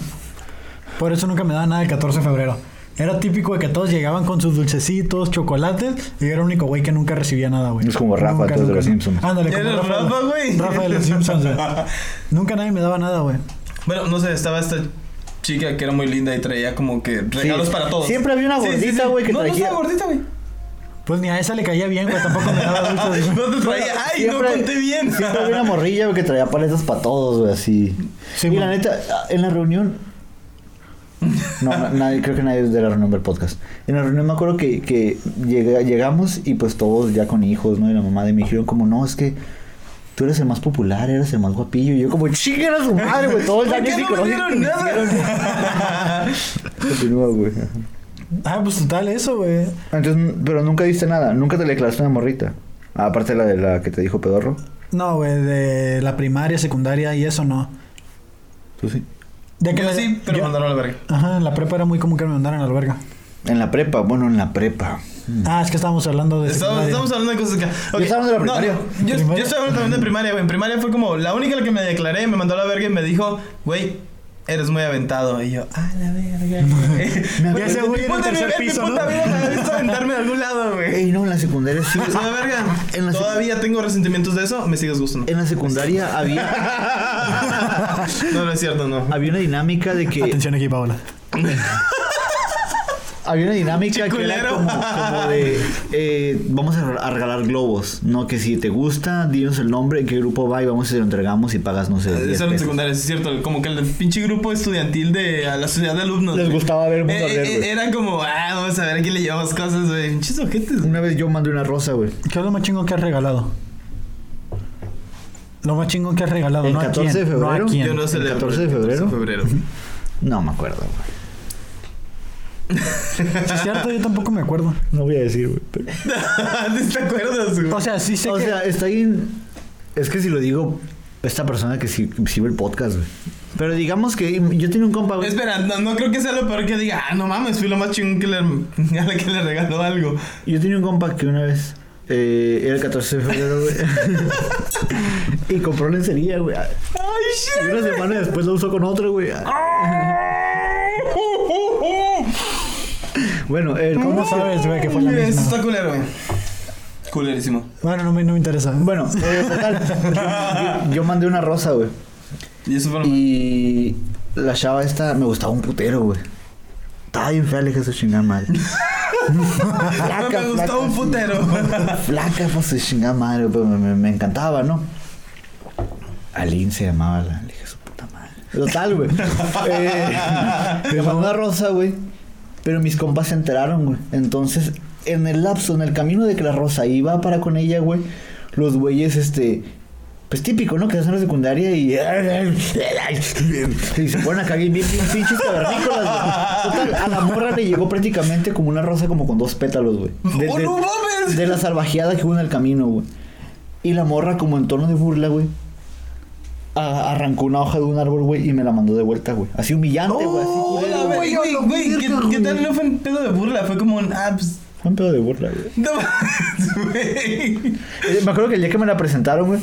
Speaker 3: Por eso nunca me daba nada el 14 de febrero. Era típico de que todos llegaban con sus dulcecitos, chocolates, y yo era el único güey que nunca recibía nada, güey.
Speaker 7: Es como Rafa, todos de los
Speaker 3: nunca.
Speaker 7: Simpsons.
Speaker 3: Ándale,
Speaker 1: Era
Speaker 3: como
Speaker 1: el
Speaker 3: Rafa,
Speaker 1: Rafa, güey.
Speaker 3: Rafa de
Speaker 1: [LAUGHS]
Speaker 3: los Simpsons, güey. Nunca nadie me daba nada, güey.
Speaker 1: Bueno, no sé, estaba esta chica que era muy linda y traía como que regalos para todos.
Speaker 2: Siempre había una
Speaker 1: Sí, sí,
Speaker 2: gordita,
Speaker 1: sí.
Speaker 2: güey, que
Speaker 1: No, no
Speaker 2: traía-
Speaker 1: estaba gordita, güey.
Speaker 3: Pues ni a esa le caía bien, güey. Tampoco me daba
Speaker 1: [LAUGHS]
Speaker 3: dulces, güey.
Speaker 1: No te traía. Ay, no
Speaker 2: Siempre-
Speaker 1: conté bien. [LAUGHS]
Speaker 2: Siempre [LAUGHS] había una morrilla güey, que traía paletas para todos, güey, así.
Speaker 3: Sí,
Speaker 2: y la
Speaker 3: güey.
Speaker 2: neta, en la reunión. No, na- nadie, creo que nadie de la reunión del podcast. En la reunión me acuerdo que, que llegué- llegamos y pues todos ya con hijos, ¿no? Y la mamá de mí dijeron como, no, es que tú eres el más popular, eres el más guapillo. Y yo como, chinga a su madre, güey, todo el
Speaker 1: ¿Por
Speaker 2: daño
Speaker 1: qué no me
Speaker 2: psicológico.
Speaker 1: dieron nada?
Speaker 2: [LAUGHS] Continúa, güey.
Speaker 3: Ah, pues total, eso, güey.
Speaker 2: Entonces, pero nunca diste nada, nunca te le declaraste una morrita. Aparte de la de la que te dijo pedorro,
Speaker 3: No, güey, de la primaria, secundaria y eso no.
Speaker 2: tú Pues sí.
Speaker 3: De que
Speaker 1: Yo
Speaker 3: me-
Speaker 1: sí, pero
Speaker 3: yo-
Speaker 1: mandaron a la verga.
Speaker 3: Ajá, en la prepa era muy común que me mandaran a la verga.
Speaker 2: En la prepa, bueno, en la prepa.
Speaker 7: Mm.
Speaker 3: Ah, es que estábamos hablando de.
Speaker 1: Estamos,
Speaker 3: secundaria.
Speaker 1: estamos hablando de cosas que. Ok,
Speaker 2: Pues, Yo estaba hablando de la
Speaker 1: no,
Speaker 2: primaria.
Speaker 1: no, yo,
Speaker 3: Primaria.
Speaker 1: yo estoy hablando también de primaria, güey. En primaria fue como la única a la que me declaré, me mandó a la verga y me dijo, güey, eres muy aventado. Y yo, ah, la [LAUGHS]
Speaker 2: [LAUGHS]
Speaker 1: verga.
Speaker 3: Y ese güey en el tercer piso,
Speaker 1: Mi puta
Speaker 3: ¿no?
Speaker 1: vida me había visto aventarme de algún lado, güey.
Speaker 2: Ey, no, en la secundaria sí.
Speaker 1: Es una verga.
Speaker 2: En la sec-
Speaker 1: Todavía tengo resentimientos de eso, me sigues
Speaker 2: [LAUGHS]
Speaker 1: gustando.
Speaker 2: En la secundaria había, [LAUGHS]
Speaker 1: No, no es cierto, no.
Speaker 2: había una dinámica de que.
Speaker 3: Atención aquí, Paola.
Speaker 2: Había una dinámica que era
Speaker 1: Chiculero.
Speaker 2: como, como de. eh, vamos a a regalar globos, ¿no? Que si te gusta, dinos el nombre, en qué grupo va y vamos y te lo entregamos y pagas, no sé. 10
Speaker 1: Ah, Eso era en
Speaker 2: pesos.
Speaker 1: secundaria, sí es cierto. Como que el pinche grupo estudiantil de a la sociedad de alumnos.
Speaker 2: Les
Speaker 1: güey.
Speaker 2: gustaba ver el mundo
Speaker 1: Eh,
Speaker 2: arder,
Speaker 1: eh,
Speaker 2: güey.
Speaker 1: Era como, ah, vamos a ver a quién le llevamos cosas, güey. Pinches ojetes, güey.
Speaker 2: Una vez yo mandé una rosa, güey.
Speaker 3: ¿Qué es lo más chingón que has regalado? Lo más chingón que has regalado,
Speaker 2: El
Speaker 3: no
Speaker 2: 14
Speaker 3: a quién,
Speaker 2: de febrero.
Speaker 3: No a quién.
Speaker 1: Yo no celebro.
Speaker 2: 14 de
Speaker 1: el
Speaker 2: febrero?
Speaker 1: febrero. [LAUGHS]
Speaker 2: No me acuerdo, güey.
Speaker 3: Sí, es cierto, yo tampoco
Speaker 2: [LAUGHS]
Speaker 3: me acuerdo.
Speaker 2: No voy a decir, güey. pero-
Speaker 1: ¿Sí ¿Te acuerdas, güey?
Speaker 3: O sea, sí sé
Speaker 2: O
Speaker 3: que...
Speaker 2: sea, está bien. Es que si lo digo, esta persona que sí, sí ve el podcast, güey. Pero digamos que yo tenía un compa, güey.
Speaker 1: Espera, no, no creo que sea lo peor que diga, ah, no mames, fui lo más chingón que le, [LAUGHS] a la que le regaló algo.
Speaker 2: Yo tenía un compa que una vez eh, era el 14 de
Speaker 1: [LAUGHS]
Speaker 2: febrero, güey. y compró lencería, güey.
Speaker 1: ¡Ay, shit!
Speaker 2: Y una semana después lo usó con otro, güey.
Speaker 1: [LAUGHS]
Speaker 2: Bueno, el
Speaker 3: ¿Cómo
Speaker 2: compa.
Speaker 3: sabes, güey, que fue la
Speaker 1: Mira, Eso
Speaker 3: misma?
Speaker 1: está culero, güey. Culerísimo.
Speaker 3: Bueno, no me, no me interesa.
Speaker 2: Bueno, eh, total. yo, yo mandé una rosa, güey.
Speaker 1: Y eso fue lo
Speaker 2: Y la chava esta me gustaba un putero, güey. Estaba bien fea, le dije su chingada madre.
Speaker 1: [LAUGHS] No [LAUGHS]
Speaker 2: flaca,
Speaker 1: me gustaba un
Speaker 2: flaca,
Speaker 1: putero.
Speaker 2: Flaca fue su chingada madre, pero me, me- me encantaba, ¿no? Aline se llamaba la. Le dije su puta madre. Total,
Speaker 1: [LAUGHS]
Speaker 2: güey. Eh, me mandó una rosa, güey. Pero mis compas se enteraron, güey. Entonces, en el lapso, en el camino de que la rosa iba para con ella, güey, los güeyes, este. Pues típico, ¿no? Que hacen la secundaria y. Y se ponen acá bien, bien, bien pinches cavernícolas, güey. Total, a la morra le llegó prácticamente como una rosa, como con dos pétalos, güey. De-
Speaker 1: [LAUGHS] ¡Oh,
Speaker 2: de-
Speaker 1: no mames!
Speaker 2: de la salvajeada que hubo en el camino, güey. Y la morra como en tono de burla, güey. a- arrancó una hoja de un árbol, güey, y me la mandó de vuelta, güey. Así humillante, güey. así culero,
Speaker 1: Hola,
Speaker 2: güey.
Speaker 1: güey, güey, güey, ¿qué, qué tal no fue un pedo de burla? Fue como un, ah, pues,
Speaker 2: Fue un pedo de burla, güey.
Speaker 1: no mames, güey.
Speaker 2: Eh, Me acuerdo que el día que me la presentaron, güey,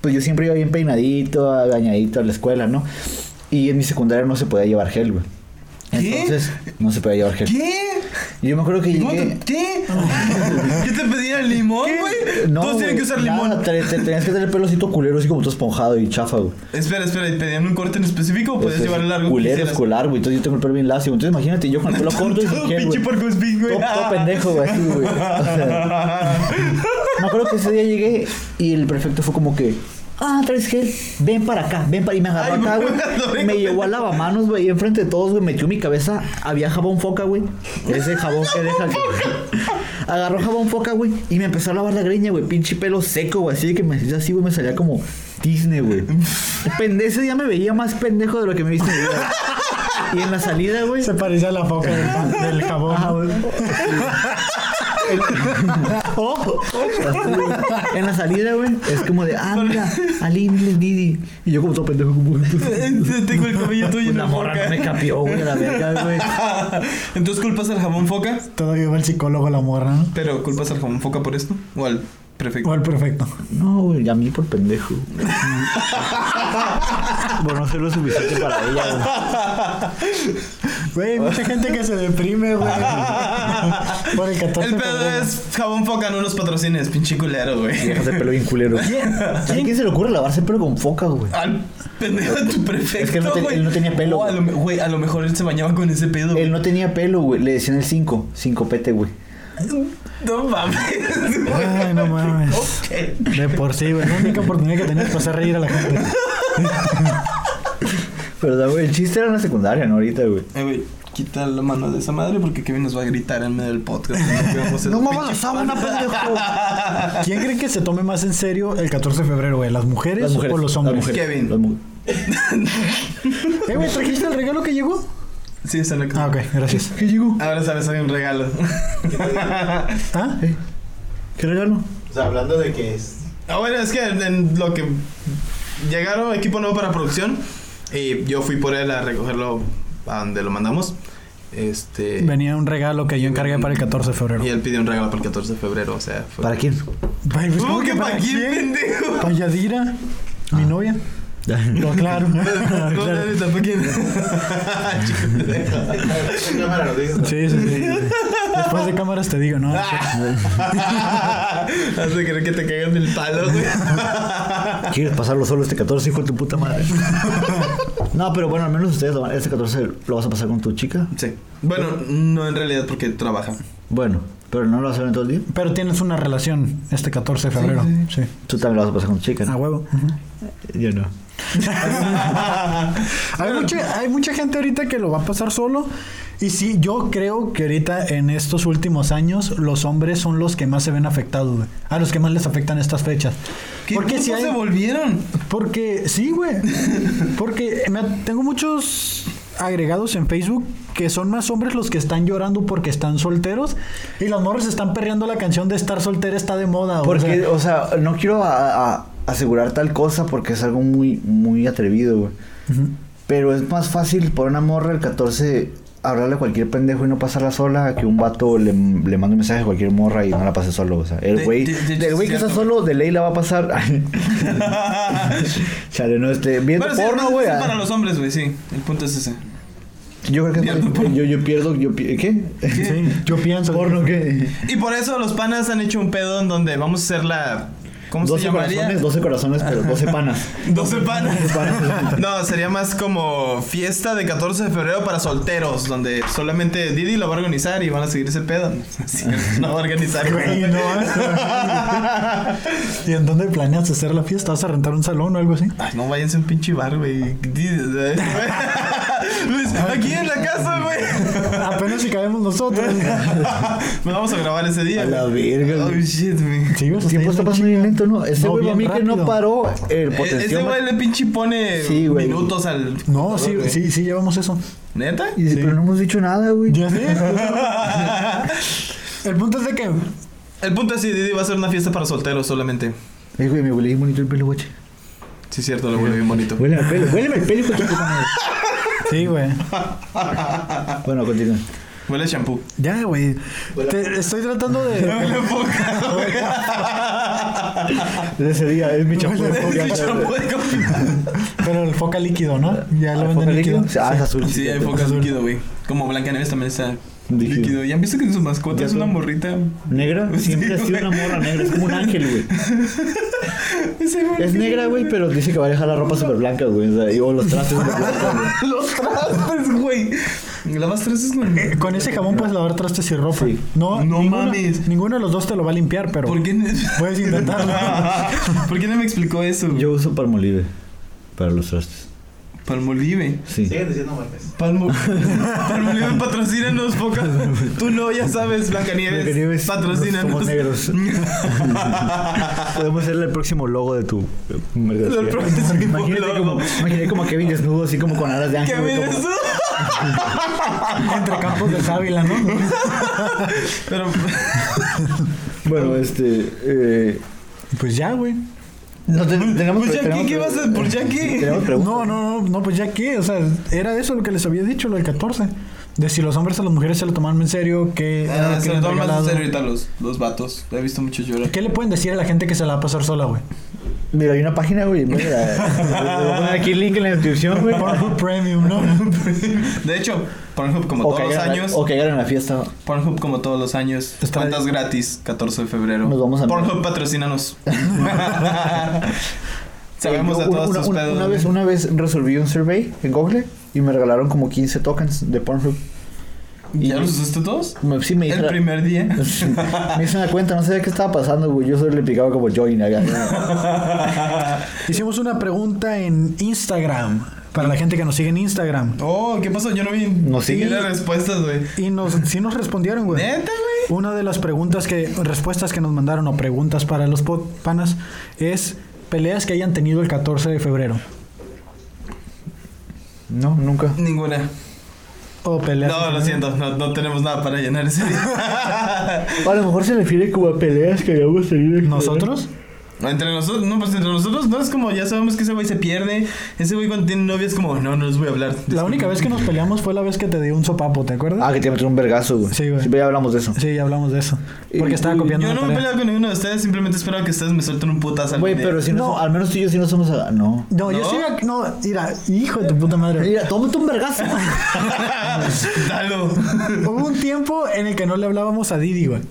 Speaker 2: pues yo siempre iba bien peinadito, bañadito a la escuela, ¿no? Y en mi secundaria no se podía llevar gel, güey.
Speaker 1: ¿Qué?
Speaker 2: Entonces, no se podía llevar gel.
Speaker 1: ¿Qué?
Speaker 2: Y yo me acuerdo que
Speaker 1: ¿Cómo te-
Speaker 2: llegué.
Speaker 1: ¿Qué? ¿Qué te pedían limón, güey? Todos tienen
Speaker 2: Ah. güey,
Speaker 1: que usar
Speaker 2: nada,
Speaker 1: limón.
Speaker 2: te- te- tenías que tener el pelocito culero, así como todo esponjado y chafa, güey.
Speaker 1: Espera, espera, ¿y pedían un corte en específico o podías
Speaker 2: Entonces,
Speaker 1: llevar el Pues largo? que
Speaker 2: Culero
Speaker 1: quisieras?
Speaker 2: escolar, güey. Entonces yo tengo el pelo bien lacio. güey. Entonces imagínate, yo con el pelo corto y sin
Speaker 1: [LAUGHS] Todo
Speaker 2: gel,
Speaker 1: pinche
Speaker 2: güey.
Speaker 1: porco espín, güey.
Speaker 2: Todo, todo pendejo,
Speaker 1: [LAUGHS]
Speaker 2: güey, así, güey. O sea, me acuerdo que ese día llegué y el prefecto fue como que, ah, traes gel, ven para acá, ven para. Y me agarró
Speaker 1: Ay,
Speaker 2: acá,
Speaker 1: me
Speaker 2: güey.
Speaker 1: acuerdo,
Speaker 2: Me
Speaker 1: güey.
Speaker 2: llevó a lavamanos, güey, y enfrente de todos, güey, metió mi cabeza. Había jabón foca, güey. Ese jabón que [LAUGHS] deja. que- Agarró jabón foca, güey, y me empezó a lavar la greña, güey. Pinche pelo seco, güey. Así de que me hacía así, güey, me salía como Disney, güey. Pende- Ese día me veía más pendejo de lo que me viste en mi vida. güey. Y en la salida, güey.
Speaker 3: Se parece a la foca
Speaker 2: [LAUGHS]
Speaker 3: del, del jabón.
Speaker 2: Ajá, güey.
Speaker 3: Oh,
Speaker 2: En la salida, güey, es como de, ah, mira, Aline le Didi. Y yo como todo pendejo, como...
Speaker 3: [LAUGHS]
Speaker 1: Este, Tengo el cabello tuyo en
Speaker 2: Una morra no me capió, güey, a la verga, güey.
Speaker 1: [LAUGHS] Entonces culpas al jabón foca,
Speaker 3: todavía va el psicólogo la morra, ¿no?
Speaker 1: pero culpas al jabón foca por esto o al prefecto.
Speaker 3: Igual perfecto.
Speaker 2: No, güey, a mí por pendejo. bueno, no sé lo suficiente para ella, güey.
Speaker 3: Güey, mucha gente que se deprime,
Speaker 2: [LAUGHS]
Speaker 3: güey. Por el 14
Speaker 1: El
Speaker 3: de
Speaker 1: pedo
Speaker 3: febrero.
Speaker 1: es jabón foca, no los patrocines, pinche culero, güey.
Speaker 2: Dejas el pelo bien culero. ¿A quién se le ocurre lavarse el pelo con foca, güey?
Speaker 1: Al pendejo de tu prefecto.
Speaker 2: Es que él no te-
Speaker 1: güey.
Speaker 2: él no tenía pelo,
Speaker 1: O a lo, güey, a lo mejor él se bañaba con ese pedo.
Speaker 2: Él no tenía pelo, güey. Le decían el 5, 5 pete, güey.
Speaker 1: No mames. güey.
Speaker 3: Ay, no mames.
Speaker 1: Ok. Eh,
Speaker 3: De por sí, güey. La única oportunidad que tenías para hacer reír a la gente.
Speaker 2: Pero, da, güey, el chiste era en la secundaria, ¿no? Ahorita, güey.
Speaker 1: Eh, güey, quita la mano de esa madre porque Kevin nos va a gritar en medio del podcast.
Speaker 2: No mames,
Speaker 1: mames,
Speaker 2: la sábana, pendejo.
Speaker 3: ¿Quién cree que se tome más en serio el 14 de febrero, güey? ¿Las mujeres,
Speaker 2: Las mujeres.
Speaker 3: o los
Speaker 2: Las
Speaker 3: hombres?
Speaker 2: mujeres.
Speaker 1: Kevin.
Speaker 2: Las mu-
Speaker 3: Eh, güey, ¿trajiste el regalo que llegó?
Speaker 1: Sí, está en la
Speaker 3: Ah, ok, gracias. ¿Qué llegó?
Speaker 1: Ahora sabes, hay un regalo.
Speaker 3: ¿Ah?
Speaker 2: ¿Qué regalo?
Speaker 5: O sea, hablando de que es.
Speaker 1: Ah, bueno, es que en, en lo que llegaron equipo nuevo para producción y yo fui por él a recogerlo a donde lo mandamos. Este
Speaker 3: Venía un regalo que yo encargué para el 14 de febrero.
Speaker 1: y él pidió un regalo para el 14 de febrero, o sea, fue
Speaker 2: ¿Para
Speaker 3: [LAUGHS]
Speaker 2: quién?
Speaker 3: Güey, pues,
Speaker 1: ¿Cómo que para quién, pendejo?
Speaker 3: Para Yadira, mi novia. Lo [LAUGHS] aclaro.
Speaker 1: No,
Speaker 3: [LAUGHS] Claro.
Speaker 1: nadie tampoco quién. Chico, pendejo.
Speaker 5: En cámara lo dices.
Speaker 3: Sí, sí, sí. Después de cámaras te digo, no.
Speaker 1: Hace creer que te caigan del palo, güey.
Speaker 2: ¿Quieres pasarlo solo este 14, hijo de tu puta
Speaker 3: [LAUGHS]
Speaker 2: madre? no, pero bueno, al menos ustedes lo van- este 14 lo vas a pasar con tu chica.
Speaker 1: Sí. Bueno, no en realidad porque trabaja.
Speaker 2: Bueno, pero no lo vas a ver en todo el día.
Speaker 3: Pero tienes una relación este 14 de febrero. Sí.
Speaker 2: Tú también lo vas a pasar con tu chica.
Speaker 3: A
Speaker 2: ¿no?
Speaker 3: huevo.
Speaker 2: Ah, Yo no.
Speaker 3: [LAUGHS] Hay mucha, hay mucha gente ahorita que lo va a pasar solo. Y sí, yo creo que ahorita en estos últimos años los hombres son los que más se ven afectados, güey. A los que más les afectan estas fechas. Porque si
Speaker 1: si
Speaker 3: hay...
Speaker 1: se volvieron?
Speaker 3: Porque sí, güey. Porque me ha- tengo muchos agregados en Facebook que son más hombres los que están llorando porque están solteros y las morras están perreando la canción de estar soltera está de moda. o
Speaker 2: Porque,
Speaker 3: sea,
Speaker 2: o sea, no quiero a- a- asegurar tal cosa porque es algo muy, muy atrevido, güey. Pero es más fácil por una morra el 14 hablarle a cualquier pendejo y no pasarla sola que un vato le, le mande un mensaje a cualquier morra y no la pase solo. O sea, el
Speaker 1: De-
Speaker 2: güey
Speaker 1: de- de hecho,
Speaker 2: el güey
Speaker 1: es
Speaker 2: que está
Speaker 1: cierto.
Speaker 2: solo de ley la va
Speaker 1: [LAUGHS]
Speaker 2: a pasar. Chale, no, este, viendo
Speaker 1: Bueno, sí,
Speaker 2: porno,
Speaker 1: es
Speaker 2: güey.
Speaker 1: más
Speaker 2: ah,
Speaker 1: para los hombres, güey, sí. El punto es ese.
Speaker 2: Yo creo que es
Speaker 1: Viendo
Speaker 2: más-
Speaker 1: porno.
Speaker 2: yo, yo pierdo, yo pi- ¿qué?
Speaker 3: sí, yo pienso.
Speaker 2: ¿Porno qué?
Speaker 1: Y por eso los panas han hecho un pedo en donde vamos a hacer la. ¿Cómo se
Speaker 2: 12
Speaker 1: llamaría? [LAUGHS]
Speaker 2: corazones, 12 corazones, pero 12 panas. [LAUGHS]
Speaker 1: 12 panas. No, sería más como fiesta de 14 de febrero para solteros, donde solamente Didi lo va a organizar y van a seguir ese pedo. [LAUGHS] Sí, no va a organizar,
Speaker 3: Güey, no. ¿Y en dónde planeas hacer la fiesta? ¿Vas a rentar un salón o algo así?
Speaker 1: Ay, no váyanse a un pinche bar, [LAUGHS] güey. Luis, aquí en la casa, güey. [LAUGHS]
Speaker 3: Apenas si cabemos nosotros.
Speaker 1: Nos vamos a grabar ese día.
Speaker 2: A la
Speaker 1: güey.
Speaker 2: verga,
Speaker 1: Oh,
Speaker 2: güey.
Speaker 1: shit, güey.
Speaker 3: Sí, güey,
Speaker 2: El tiempo
Speaker 3: está
Speaker 2: está
Speaker 3: yendo
Speaker 2: pasando bien lento, ¿no? Ese
Speaker 3: No,
Speaker 2: güey para mí
Speaker 3: bien
Speaker 2: que no
Speaker 3: rápido.
Speaker 2: paró el
Speaker 1: E- Ese güey
Speaker 2: potencial.
Speaker 1: le pinche pone
Speaker 2: Sí, güey.
Speaker 1: minutos al.
Speaker 3: No, sí,
Speaker 1: güey.
Speaker 3: sí, sí, llevamos eso.
Speaker 1: ¿Neta? [LAUGHS]
Speaker 2: Y dice, pero no hemos dicho nada, güey.
Speaker 3: Ya sé. El punto es de que
Speaker 1: El punto es si Didi va a ser una fiesta para solteros solamente.
Speaker 2: Eh, güey, me huele bien bonito el pelo, guache.
Speaker 1: Sí, es cierto, lo huele bien bonito.
Speaker 2: Huele al pelo, huéleme el pelo con tu puta madre.
Speaker 3: Sí, güey.
Speaker 2: [LAUGHS] Bueno, continúa.
Speaker 1: Huele a shampoo.
Speaker 3: Ya, güey. Te- Estoy tratando de.
Speaker 2: Desde ese día es mi champú.
Speaker 1: Sí, shampoo de
Speaker 2: [LAUGHS]
Speaker 1: coca.
Speaker 3: Pero el foca líquido, ¿no? Ya lo
Speaker 2: ¿Foca
Speaker 3: venden líquido.
Speaker 2: líquido? Ah, es azul.
Speaker 1: Sí, hay focas líquido, güey. Como Blanca Nieves también está
Speaker 2: Líquido.
Speaker 1: líquido. ¿Ya han visto que su mascota
Speaker 2: Ya
Speaker 1: es una
Speaker 2: son-
Speaker 1: morrita?
Speaker 2: Negra,
Speaker 1: Sí,
Speaker 2: siempre ha sido
Speaker 1: güey.
Speaker 2: una morra negra, es como un ángel, güey.
Speaker 1: Ese güey. [LAUGHS]
Speaker 2: Es negra, güey, pero dice que va a dejar la ropa súper blanca, güey. O, sea, y- o los trastes súper blancos, güey.
Speaker 1: Los trastes, güey. Lavas trastes con.
Speaker 3: Eh, Con ese jabón puedes lavar trastes y ropa.
Speaker 2: Sí.
Speaker 3: No,
Speaker 1: No
Speaker 3: ninguno-
Speaker 1: mames.
Speaker 3: Ninguno de los dos te lo va a limpiar, pero.
Speaker 1: ¿Por qué?
Speaker 3: Puedes intentarlo.
Speaker 1: [LAUGHS]
Speaker 2: [LAUGHS]
Speaker 1: ¿Por qué no me explicó eso?
Speaker 2: Yo uso palmolive para los trastes.
Speaker 1: Palmolive.
Speaker 2: Sí.
Speaker 6: Siguen diciendo marcas.
Speaker 2: [LAUGHS]
Speaker 1: Palmo. Palmolive, patrocínanos, focas. Tú no, ya sabes, Blanca Nieves.
Speaker 2: Blancanieves,
Speaker 1: patrocínanos.
Speaker 2: somos negros. Podemos hacerle el próximo logo de tu eh, mercancía.
Speaker 1: El próximo
Speaker 2: imagínate,
Speaker 1: logo.
Speaker 2: Como, imagínate como Kevin desnudo, así como con alas de
Speaker 1: [LAUGHS]
Speaker 2: ángel.
Speaker 1: ¿Qué
Speaker 2: güey,
Speaker 1: ves
Speaker 2: como-
Speaker 1: eso?
Speaker 3: Entre campos de
Speaker 2: [LAUGHS]
Speaker 3: sábila, ¿no?
Speaker 1: Pero.
Speaker 2: Bueno, este. Eh,
Speaker 3: Pues ya, güey.
Speaker 2: no te- tenemos
Speaker 1: Pues ya,
Speaker 2: tenemos-
Speaker 1: ¿qué, qué vas
Speaker 2: [LAUGHS]
Speaker 1: a.? ¿Por ya qué?
Speaker 2: Tenemos preguntas.
Speaker 3: No, no, no, no, pues ya qué. O sea, era eso lo que les había dicho, lo del 14. De si los hombres a las mujeres se lo tomaban en serio, que.
Speaker 1: Ah, Se lo toman más en serio ahorita los, los vatos. He visto mucho
Speaker 2: [LAUGHS]
Speaker 1: llorar. [LAUGHS]
Speaker 3: ¿Qué le pueden decir a la gente que se la va a pasar sola, güey?
Speaker 2: Mira, hay una página, güey. Mira, [LAUGHS] te voy a poner aquí el link en la descripción, güey.
Speaker 3: Pornhub
Speaker 2: [LAUGHS]
Speaker 3: Premium, ¿no?
Speaker 1: De hecho, Pornhub como
Speaker 2: O
Speaker 1: todos los
Speaker 2: caigan a la-
Speaker 1: años,
Speaker 2: O caigan en la fiesta.
Speaker 1: Pornhub como todos los años,
Speaker 3: Está
Speaker 1: cuentas gratis, 14 de febrero.
Speaker 2: Nos vamos a-
Speaker 1: Pornhub
Speaker 2: [LAUGHS]
Speaker 1: patrocínanos. [LAUGHS] Sabemos
Speaker 2: Yo
Speaker 1: de todos
Speaker 2: una,
Speaker 1: tus
Speaker 2: una-
Speaker 1: pedos.
Speaker 2: una vez, una vez resolví un survey en Google y me regalaron como 15 tokens de Pornhub. Y
Speaker 1: ¿Ya los usaste todos?
Speaker 2: me, sí, me hice
Speaker 1: El
Speaker 2: la-
Speaker 1: primer día.
Speaker 2: [LAUGHS] me hice una cuenta, no sabía qué estaba pasando, güey. Yo solo le picaba como join acá.
Speaker 3: Hicimos una pregunta en Instagram. Para la gente que nos sigue en Instagram.
Speaker 1: Oh, ¿qué pasó? Yo no vi no,
Speaker 2: siguen.
Speaker 1: las respuestas, güey.
Speaker 3: Y nos, sí nos respondieron, güey.
Speaker 1: Neta, güey.
Speaker 3: Una de las preguntas que, respuestas que nos mandaron o preguntas para los pod- panas es peleas que hayan tenido el 14 de febrero.
Speaker 2: No, nunca.
Speaker 1: Ninguna.
Speaker 3: O peleas.
Speaker 1: No, lo siento, no, no tenemos nada para llenar ese día.
Speaker 3: [LAUGHS]
Speaker 2: O a lo mejor se refiere como a peleas que habíamos tenido. en-
Speaker 3: ¿Nosotros?
Speaker 1: Entre nosotros, no, pues entre nosotros no es como ya sabemos que ese güey se pierde. Ese güey cuando tiene novia es como, no, no les voy a hablar.
Speaker 3: La única vez que nos peleamos fue la vez que te di un sopapo, ¿te acuerdas?
Speaker 2: Ah, que te metieron un vergazo, güey.
Speaker 3: Sí, güey.
Speaker 2: Siempre ya hablamos de eso.
Speaker 3: Sí, ya hablamos de eso. Porque
Speaker 2: Y-
Speaker 3: estaba copiando.
Speaker 1: Yo
Speaker 3: una
Speaker 1: no me
Speaker 3: tarea.
Speaker 1: peleo con ninguno de ustedes, simplemente espero que ustedes me suelten un putazo. algún
Speaker 2: Güey,
Speaker 1: día.
Speaker 2: pero si no, al menos tú y yo sí no somos. a- no.
Speaker 3: No, yo
Speaker 1: ¿No?
Speaker 3: sí me. No, mira, hijo de tu puta madre.
Speaker 2: Mira, tómate un
Speaker 1: [LAUGHS]
Speaker 2: vergazo. [LAUGHS]
Speaker 1: Dalo.
Speaker 3: Hubo un tiempo en el que no le hablábamos a Didi, güey.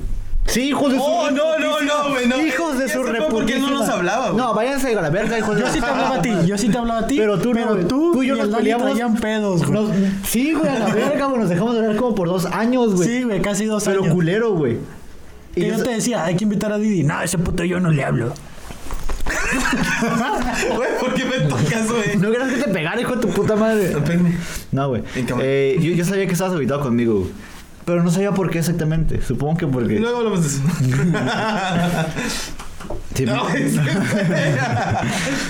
Speaker 2: sí, hijos de su.
Speaker 1: Oh, no, no, no, güey, no.
Speaker 2: Hijos de
Speaker 1: Ya
Speaker 2: su
Speaker 1: sé por
Speaker 2: reputísima.
Speaker 1: qué no nos hablaba, güey.
Speaker 2: No, váyanse a la verga, hijos de
Speaker 3: Yo sí te hablaba a ti, yo sí te hablaba a ti.
Speaker 2: Pero tú no, güey.
Speaker 3: pero tú,
Speaker 2: Tú y yo
Speaker 3: y
Speaker 2: nos
Speaker 3: el Dani
Speaker 2: peleamos.
Speaker 3: traían pedos, güey.
Speaker 2: Nos- sí, güey, a la verga, güey. Nos dejamos de hablar como por dos años, güey.
Speaker 3: Sí, güey, casi dos
Speaker 2: Pero
Speaker 3: años.
Speaker 2: culero, güey.
Speaker 3: Y yo
Speaker 2: eso-
Speaker 3: te decía, hay que invitar a Didi. No, ese puto yo no le hablo.
Speaker 1: [LAUGHS] Güey, ¿por qué me tocas, güey?
Speaker 2: No querías que te pegara, hijo de tu puta madre.
Speaker 1: Espérame.
Speaker 2: No, güey.
Speaker 1: En cámara.
Speaker 2: Eh, yo, yo sabía que estabas habitado conmigo, güey. Pero no sabía por qué exactamente. Supongo que porque.
Speaker 1: Luego hablamos de eso.
Speaker 2: Sí,
Speaker 1: No, güey, sí, güey.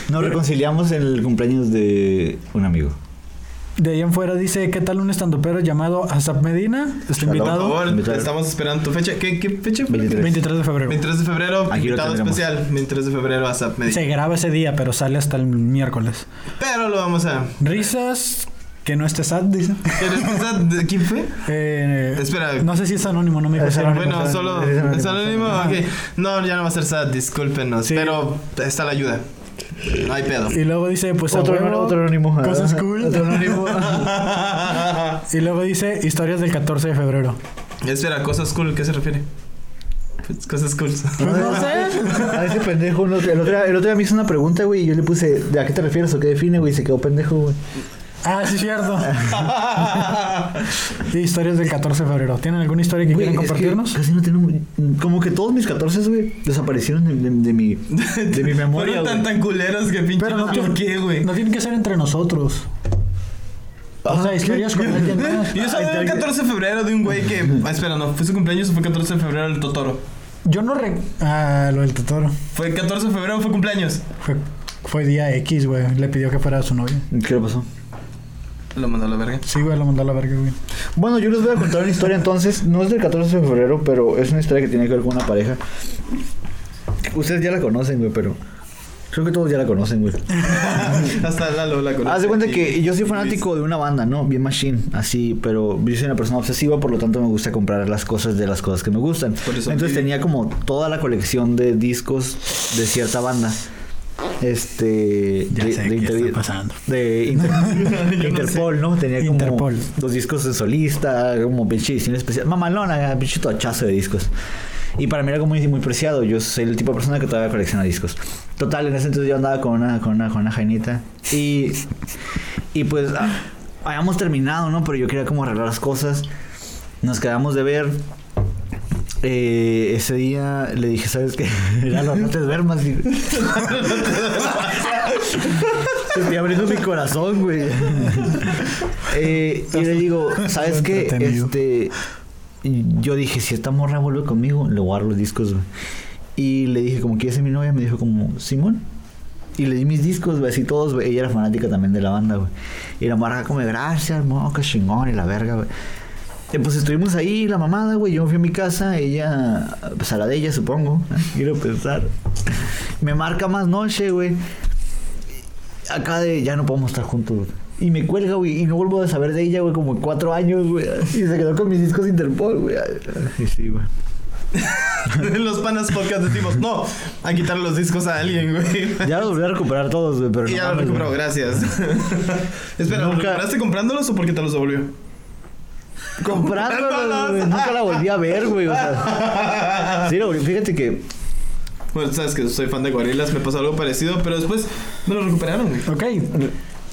Speaker 2: Nos reconciliamos en el cumpleaños de un amigo.
Speaker 3: De ahí en fuera dice, ¿qué tal un estandopero llamado Asap Medina? Está
Speaker 2: Shalom.
Speaker 1: Por
Speaker 3: invitado.
Speaker 1: favor,
Speaker 2: Invitado.
Speaker 1: estamos esperando tu fecha. ¿Qué, qué fecha? fue?
Speaker 2: 23.
Speaker 3: 23 de febrero.
Speaker 1: 23 de febrero,
Speaker 2: Aquí lo
Speaker 1: invitado
Speaker 2: tendremos.
Speaker 1: especial. 23 de febrero, WhatsApp. me di-
Speaker 3: Se graba ese día, pero sale hasta el miércoles.
Speaker 1: Pero lo vamos a.
Speaker 3: Risas, que no esté sad, dice.
Speaker 1: ¿Pero esa- de- ¿Quién fue?
Speaker 3: Eh,
Speaker 1: Espera.
Speaker 3: No sé si es anónimo, no me dijo. si era anónimo.
Speaker 1: Bueno,
Speaker 2: es
Speaker 1: solo.
Speaker 2: anónimo,
Speaker 1: ¿Es
Speaker 2: es
Speaker 1: anónimo? Ok. No, ya no va a ser sad, discúlpenos.
Speaker 3: Sí.
Speaker 1: Pero está la ayuda. No hay pedo.
Speaker 3: Y luego dice, pues a
Speaker 2: Otro,
Speaker 3: huevo,
Speaker 2: otro anónimo.
Speaker 3: Cosas
Speaker 2: [LAUGHS]
Speaker 3: cool.
Speaker 2: Otro anónimo.
Speaker 3: [LAUGHS] Y luego dice, historias del 14 de febrero.
Speaker 2: Ah.
Speaker 1: Espera, cosas cool, ¿qué se refiere? Pues, Cosas cool.
Speaker 3: no sé.
Speaker 2: A ese pendejo, no, el, otro día, el otro día me hizo una pregunta, güey, y yo le puse, ¿de a qué te refieres o qué define, güey? Y se quedó pendejo, güey.
Speaker 3: Ah, sí, es cierto. Y historias del 14 de febrero. ¿Tienen alguna historia que
Speaker 2: Güey,
Speaker 3: quieran
Speaker 2: es que
Speaker 3: compartirnos?
Speaker 2: casi no tengo. Como que todos mis 14, güey, desaparecieron de, de- de mi, de mi memoria.
Speaker 1: Fueron tan
Speaker 2: güey.
Speaker 1: tan culeros que pinche.
Speaker 3: Pero no
Speaker 1: no
Speaker 3: te-
Speaker 1: ¿Por qué, güey?
Speaker 3: No tienen que ser entre nosotros. O sea, historias con alguien más.
Speaker 1: Yo solo el 14 de febrero de un güey que. Ah, espera, no. ¿Fue su cumpleaños o fue 14 de febrero el Totoro?
Speaker 3: Yo no re... Ah, lo del Totoro.
Speaker 1: ¿Fue el 14 de febrero o fue cumpleaños?
Speaker 3: Fue, fue día X, güey. Le pidió que fuera su novia.
Speaker 2: ¿Qué le pasó?
Speaker 1: Lo mandó a la
Speaker 2: [LAUGHS]
Speaker 1: verga.
Speaker 3: Sí, güey, lo mandó a la verga, güey.
Speaker 2: Bueno, yo les voy a contar una historia entonces. No es del 14 de febrero, pero es una historia que tiene que ver con una pareja. Ustedes ya la conocen, güey, pero Creo que todos ya la conocen, güey.
Speaker 1: Hasta Lalo la conoce.
Speaker 2: Haz de cuenta
Speaker 1: Y-
Speaker 2: que yo soy fanático de una banda, ¿no? Bien Machine, así, pero yo soy una persona obsesiva, por lo tanto me gusta comprar las cosas de las cosas que me gustan.
Speaker 1: Por eso.
Speaker 2: Entonces tenía como toda la colección de discos de cierta banda. Este.
Speaker 3: Ya
Speaker 2: de,
Speaker 3: sé
Speaker 2: de
Speaker 3: qué está
Speaker 2: Intervi-
Speaker 3: pasando.
Speaker 2: De
Speaker 3: [LAUGHS]
Speaker 2: Inter- Interpol, ¿no? Tenía como
Speaker 3: Interpol.
Speaker 2: los discos de solista, como pinche edición especial. Mamalona, pinche tochazo de discos. Y para mí era como muy, muy preciado. Yo soy el tipo de persona que todavía colecciona discos. Total, en ese entonces yo andaba con una, con una, con una jainita. Y, y pues ah, habíamos terminado, ¿no? Pero yo quería como arreglar las cosas. Nos quedamos de ver. Eh, ese día le dije, ¿sabes qué? [LAUGHS] Lalo, no te duermas. [LAUGHS] Y... Estoy abriendo mi corazón, güey. Eh, y le digo, ¿sabes qué?
Speaker 3: Entretenido.
Speaker 2: Este, yo dije, si esta morra vuelve conmigo, le voy a dar los discos, güey. Y le dije, como, ¿quieres ser mi novia? Me dijo, como, Simón. Y le di mis discos, güey, así todos, güey. Ella era fanática también de la banda, güey. Y la morra como, gracias, mo, qué chingón, y la verga, güey. Eh, pues estuvimos ahí, la mamada, güey. Yo me fui a mi casa, ella, pues a la de ella, supongo. [LAUGHS] Quiero pensar. Me marca más noche, güey. Acá de ya no podemos estar juntos, güey. Y me cuelga, güey, y no vuelvo a saber de ella, güey, como en cuatro años, güey. Y se quedó con mis discos Interpol, güey. Y sí, güey.
Speaker 1: [LAUGHS] los panas podcast decimos, no, a quitar los discos a alguien, güey.
Speaker 2: Ya los volví a recuperar todos, güey,
Speaker 1: [LAUGHS]
Speaker 2: pero
Speaker 1: Y
Speaker 2: no
Speaker 1: ya lo
Speaker 2: mames,
Speaker 1: recuperó,
Speaker 2: güey. [LAUGHS]
Speaker 1: gracias. Espera, ¿lo
Speaker 2: Nunca-
Speaker 1: recuperaste comprándolos o porque te los devolvió? [LAUGHS]
Speaker 2: Comprándolos, güey. Nunca la volví a ver, güey. O sea. Sí, la volví- fíjate que
Speaker 1: Bueno, sabes que soy fan de gorilas, me pasó algo parecido, pero después me lo recuperaron, güey.
Speaker 3: Ok,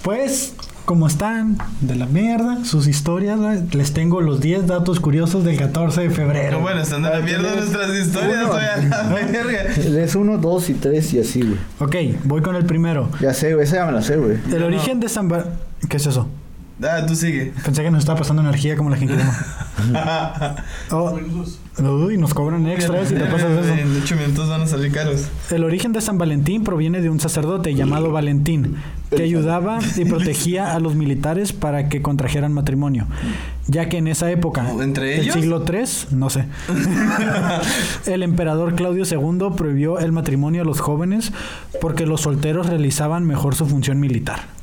Speaker 3: pues como están de la mierda, sus historias, güey, les tengo los 10 datos curiosos del 14 de febrero.
Speaker 1: Pero bueno, están de la mierda nuestras historias, güey, a
Speaker 2: [LAUGHS]
Speaker 1: la verga.
Speaker 2: es uno, dos y tres y así, güey.
Speaker 3: Ok, voy con el primero.
Speaker 2: Ya sé, güey. Esa ya me la sé, güey.
Speaker 3: El origen de San Bar... ¿Qué es eso?
Speaker 1: Ah, tú sigue.
Speaker 3: Pensé que nos estaba pasando energía como la gente. Oh, uy, nos cobran [LAUGHS] extra
Speaker 1: [LAUGHS]
Speaker 3: si te pasas eso.
Speaker 1: En 8 minutos van a salir caros.
Speaker 3: El origen de San Valentín proviene de un sacerdote llamado Valentín, que ayudaba y protegía a los militares para que contrajeran matrimonio, ya que en esa época,
Speaker 1: ¿O entre
Speaker 3: el
Speaker 1: ellos?
Speaker 3: siglo III,
Speaker 1: [LAUGHS]
Speaker 3: no sé, el emperador Claudio II prohibió el matrimonio a los jóvenes porque los solteros realizaban mejor su función militar.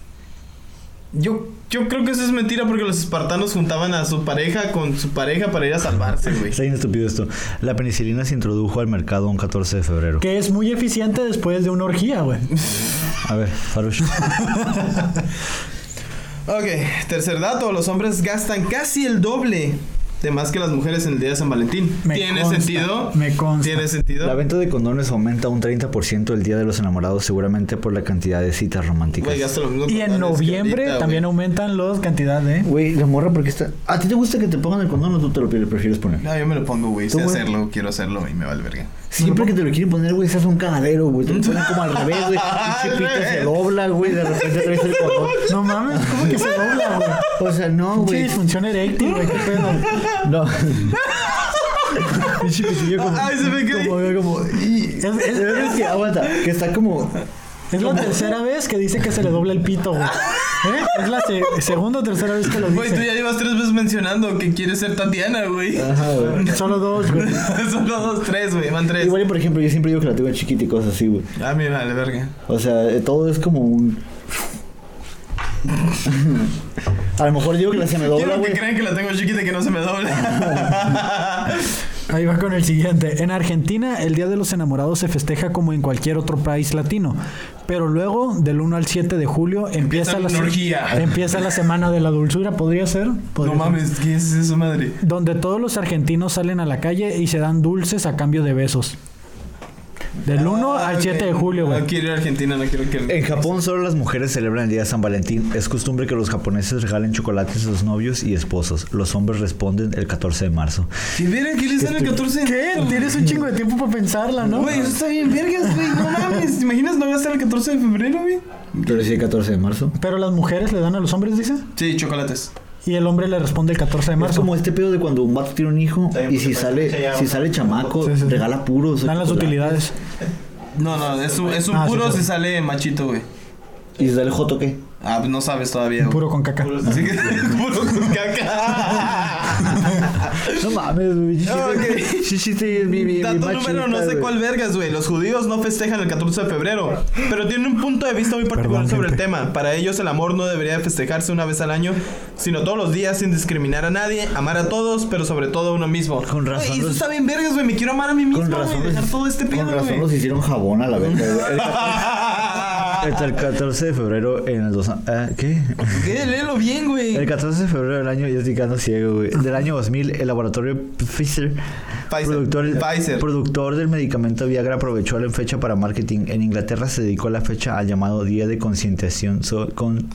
Speaker 1: Yo, yo creo que eso es mentira porque los espartanos juntaban a su pareja con su pareja para ir a salvarse, güey.
Speaker 2: Está bien estúpido esto. La penicilina se introdujo al mercado un 14 de febrero.
Speaker 3: Que es muy eficiente después de una orgía, güey.
Speaker 2: A
Speaker 1: [LAUGHS]
Speaker 2: ver, Farush.
Speaker 1: Ok, tercer dato, los hombres gastan casi el doble de más que las mujeres en el día de San Valentín.
Speaker 3: Me
Speaker 1: ¿Tiene
Speaker 3: consta,
Speaker 1: sentido?
Speaker 3: me consta.
Speaker 1: ¿Tiene sentido?
Speaker 2: La venta de condones aumenta un 30% el día de los enamorados, seguramente por la cantidad de citas
Speaker 1: Güey,
Speaker 2: románticas.
Speaker 1: gasta lo mismo con
Speaker 3: Y en
Speaker 1: Alex que
Speaker 3: noviembre
Speaker 1: ahorita,
Speaker 3: también
Speaker 1: güey.
Speaker 3: aumentan los cantidades.
Speaker 2: Güey, la morra, porque está. ¿A ti te gusta que te pongan el condón o tú te lo prefieres poner?
Speaker 1: No, yo me lo pongo, güey.
Speaker 2: ¿Tú,
Speaker 1: Sé
Speaker 2: güey?
Speaker 1: hacerlo, quiero hacerlo y me vale verga.
Speaker 2: Siempre que te lo quieren poner, güey, se hace un cagadero, güey. Te lo ponen como al revés,
Speaker 1: [LAUGHS]
Speaker 2: güey. Pinche pita se dobla, güey. De repente traes el condón.
Speaker 1: [LAUGHS]
Speaker 3: No mames, ¿cómo que se dobla, güey?
Speaker 2: O sea, no,
Speaker 3: Pinche
Speaker 2: güey.
Speaker 3: disfunción eréctil, güey, qué pedo.
Speaker 2: No. [LAUGHS] Pinche pitillo como.
Speaker 1: Ay, se me cae.
Speaker 2: Como, como. Y,
Speaker 3: Es- es-
Speaker 2: es que aguanta, que está como.
Speaker 3: Es la tercera vez que dice que se le dobla el pito, güey. ¿Eh? Es la se- segunda o tercera vez que lo
Speaker 1: Güey, tú ya
Speaker 3: dice.
Speaker 1: llevas tres veces mencionando que quieres ser Tatiana, güey.
Speaker 2: Ajá, güey.
Speaker 1: [LAUGHS]
Speaker 3: Solo dos, güey.
Speaker 1: Solo dos, tres, güey. Van tres.
Speaker 2: Igual, y, por ejemplo, yo siempre digo que la tengo chiquita y cosas así, güey.
Speaker 1: A mí me vale verga.
Speaker 2: O sea, eh, todo es como un. [LAUGHS] A lo mejor digo que la se me dobla,
Speaker 1: Quiero que
Speaker 2: güey.
Speaker 1: crean que la tengo chiquita y que no se me dobla.
Speaker 3: [LAUGHS] Ahí va con el siguiente. En Argentina, el Día de los Enamorados se festeja como en cualquier otro país latino. Pero luego, del 1 al 7 de julio, empieza,
Speaker 1: Empieza
Speaker 3: la,
Speaker 1: una
Speaker 3: se-
Speaker 1: orgía.
Speaker 3: empieza la Semana de la Dulzura. ¿Podría ser?
Speaker 1: no
Speaker 3: ¿Podría ser.
Speaker 1: mames, ¿qué es eso, madre?
Speaker 3: Donde todos los argentinos salen a la calle y se dan dulces a cambio de besos. Del 1
Speaker 1: Ah,
Speaker 3: al
Speaker 1: ok.
Speaker 3: 7 de julio, güey. Eh,
Speaker 1: No quiero ir a Argentina, no quiero que.
Speaker 2: En Japón solo las mujeres celebran el día de San Valentín. Es costumbre que los japoneses regalen chocolates a sus novios y esposos. Los hombres responden el 14 de marzo.
Speaker 1: ¿Qué verga? ¿Qué le están el 14 de
Speaker 3: este, ¿Qué? Tienes un chingo de tiempo para pensarla, ¿no?
Speaker 1: Güey, eso está bien, vergas, güey. No mames. ¿Te imaginas no gastar el 14 de febrero, güey?
Speaker 2: Pero sí el 14 de marzo.
Speaker 3: Pero las mujeres le dan a los hombres, dice.
Speaker 1: Sí, chocolates.
Speaker 3: Y el hombre le responde el 14 de
Speaker 2: Es
Speaker 3: marzo.
Speaker 2: como este pedo de cuando un vato tiene un hijo
Speaker 8: bien,
Speaker 2: y
Speaker 8: porque parece que
Speaker 2: si
Speaker 8: se
Speaker 2: sale,
Speaker 8: llama.
Speaker 2: si sale chamaco,
Speaker 3: Sí, sí, sí.
Speaker 2: regala puros. o
Speaker 3: Dan las
Speaker 2: chocolate.
Speaker 3: utilidades.
Speaker 1: No, no, es un, es un
Speaker 3: Ah, sí,
Speaker 1: puro
Speaker 3: sí.
Speaker 1: si sale machito, güey.
Speaker 2: ¿Y del Joto qué?
Speaker 1: Ah, pues no sabes todavía. güey.
Speaker 3: Puro con caca.
Speaker 1: Así que [LAUGHS] puro con caca.
Speaker 2: No mames, güey.
Speaker 1: Ok.
Speaker 2: Sí, sí, sí, es mi, mi, mi
Speaker 1: Dato
Speaker 2: machista,
Speaker 1: número no sé
Speaker 2: güey.
Speaker 1: cuál vergas, güey. Los judíos no festejan el 14 de febrero, pero tienen un punto de vista muy particular
Speaker 3: Perdón,
Speaker 1: sobre el
Speaker 3: gente.
Speaker 1: tema. Para ellos el amor no debería festejarse una vez al año, sino todos los días sin discriminar a nadie, amar a todos, pero sobre todo a uno mismo.
Speaker 2: Con razón
Speaker 1: Güey, eso
Speaker 2: los-
Speaker 1: está bien vergas, güey. Me quiero amar a mí mismo,
Speaker 2: Con
Speaker 1: güey.
Speaker 2: razón, los-
Speaker 1: Dejar todo este pedo,
Speaker 2: con razón los
Speaker 1: güey.
Speaker 2: hicieron jabón a la verga, güey.
Speaker 1: [LAUGHS]
Speaker 2: El [LAUGHS] 14 El 14 de febrero en el dos... ah, ¿Qué?
Speaker 1: ¿Qué? Léelo bien, [LAUGHS] güey.
Speaker 2: El 14 de febrero del año, yo estoy quedando ciego, güey. Del año 2000, el laboratorio Pfizer,
Speaker 1: Pfizer.
Speaker 2: Productor,
Speaker 1: Pfizer.
Speaker 2: productor del medicamento Viagra, aprovechó la fecha para marketing. En Inglaterra se dedicó la fecha al llamado Día de Concientización. so- con,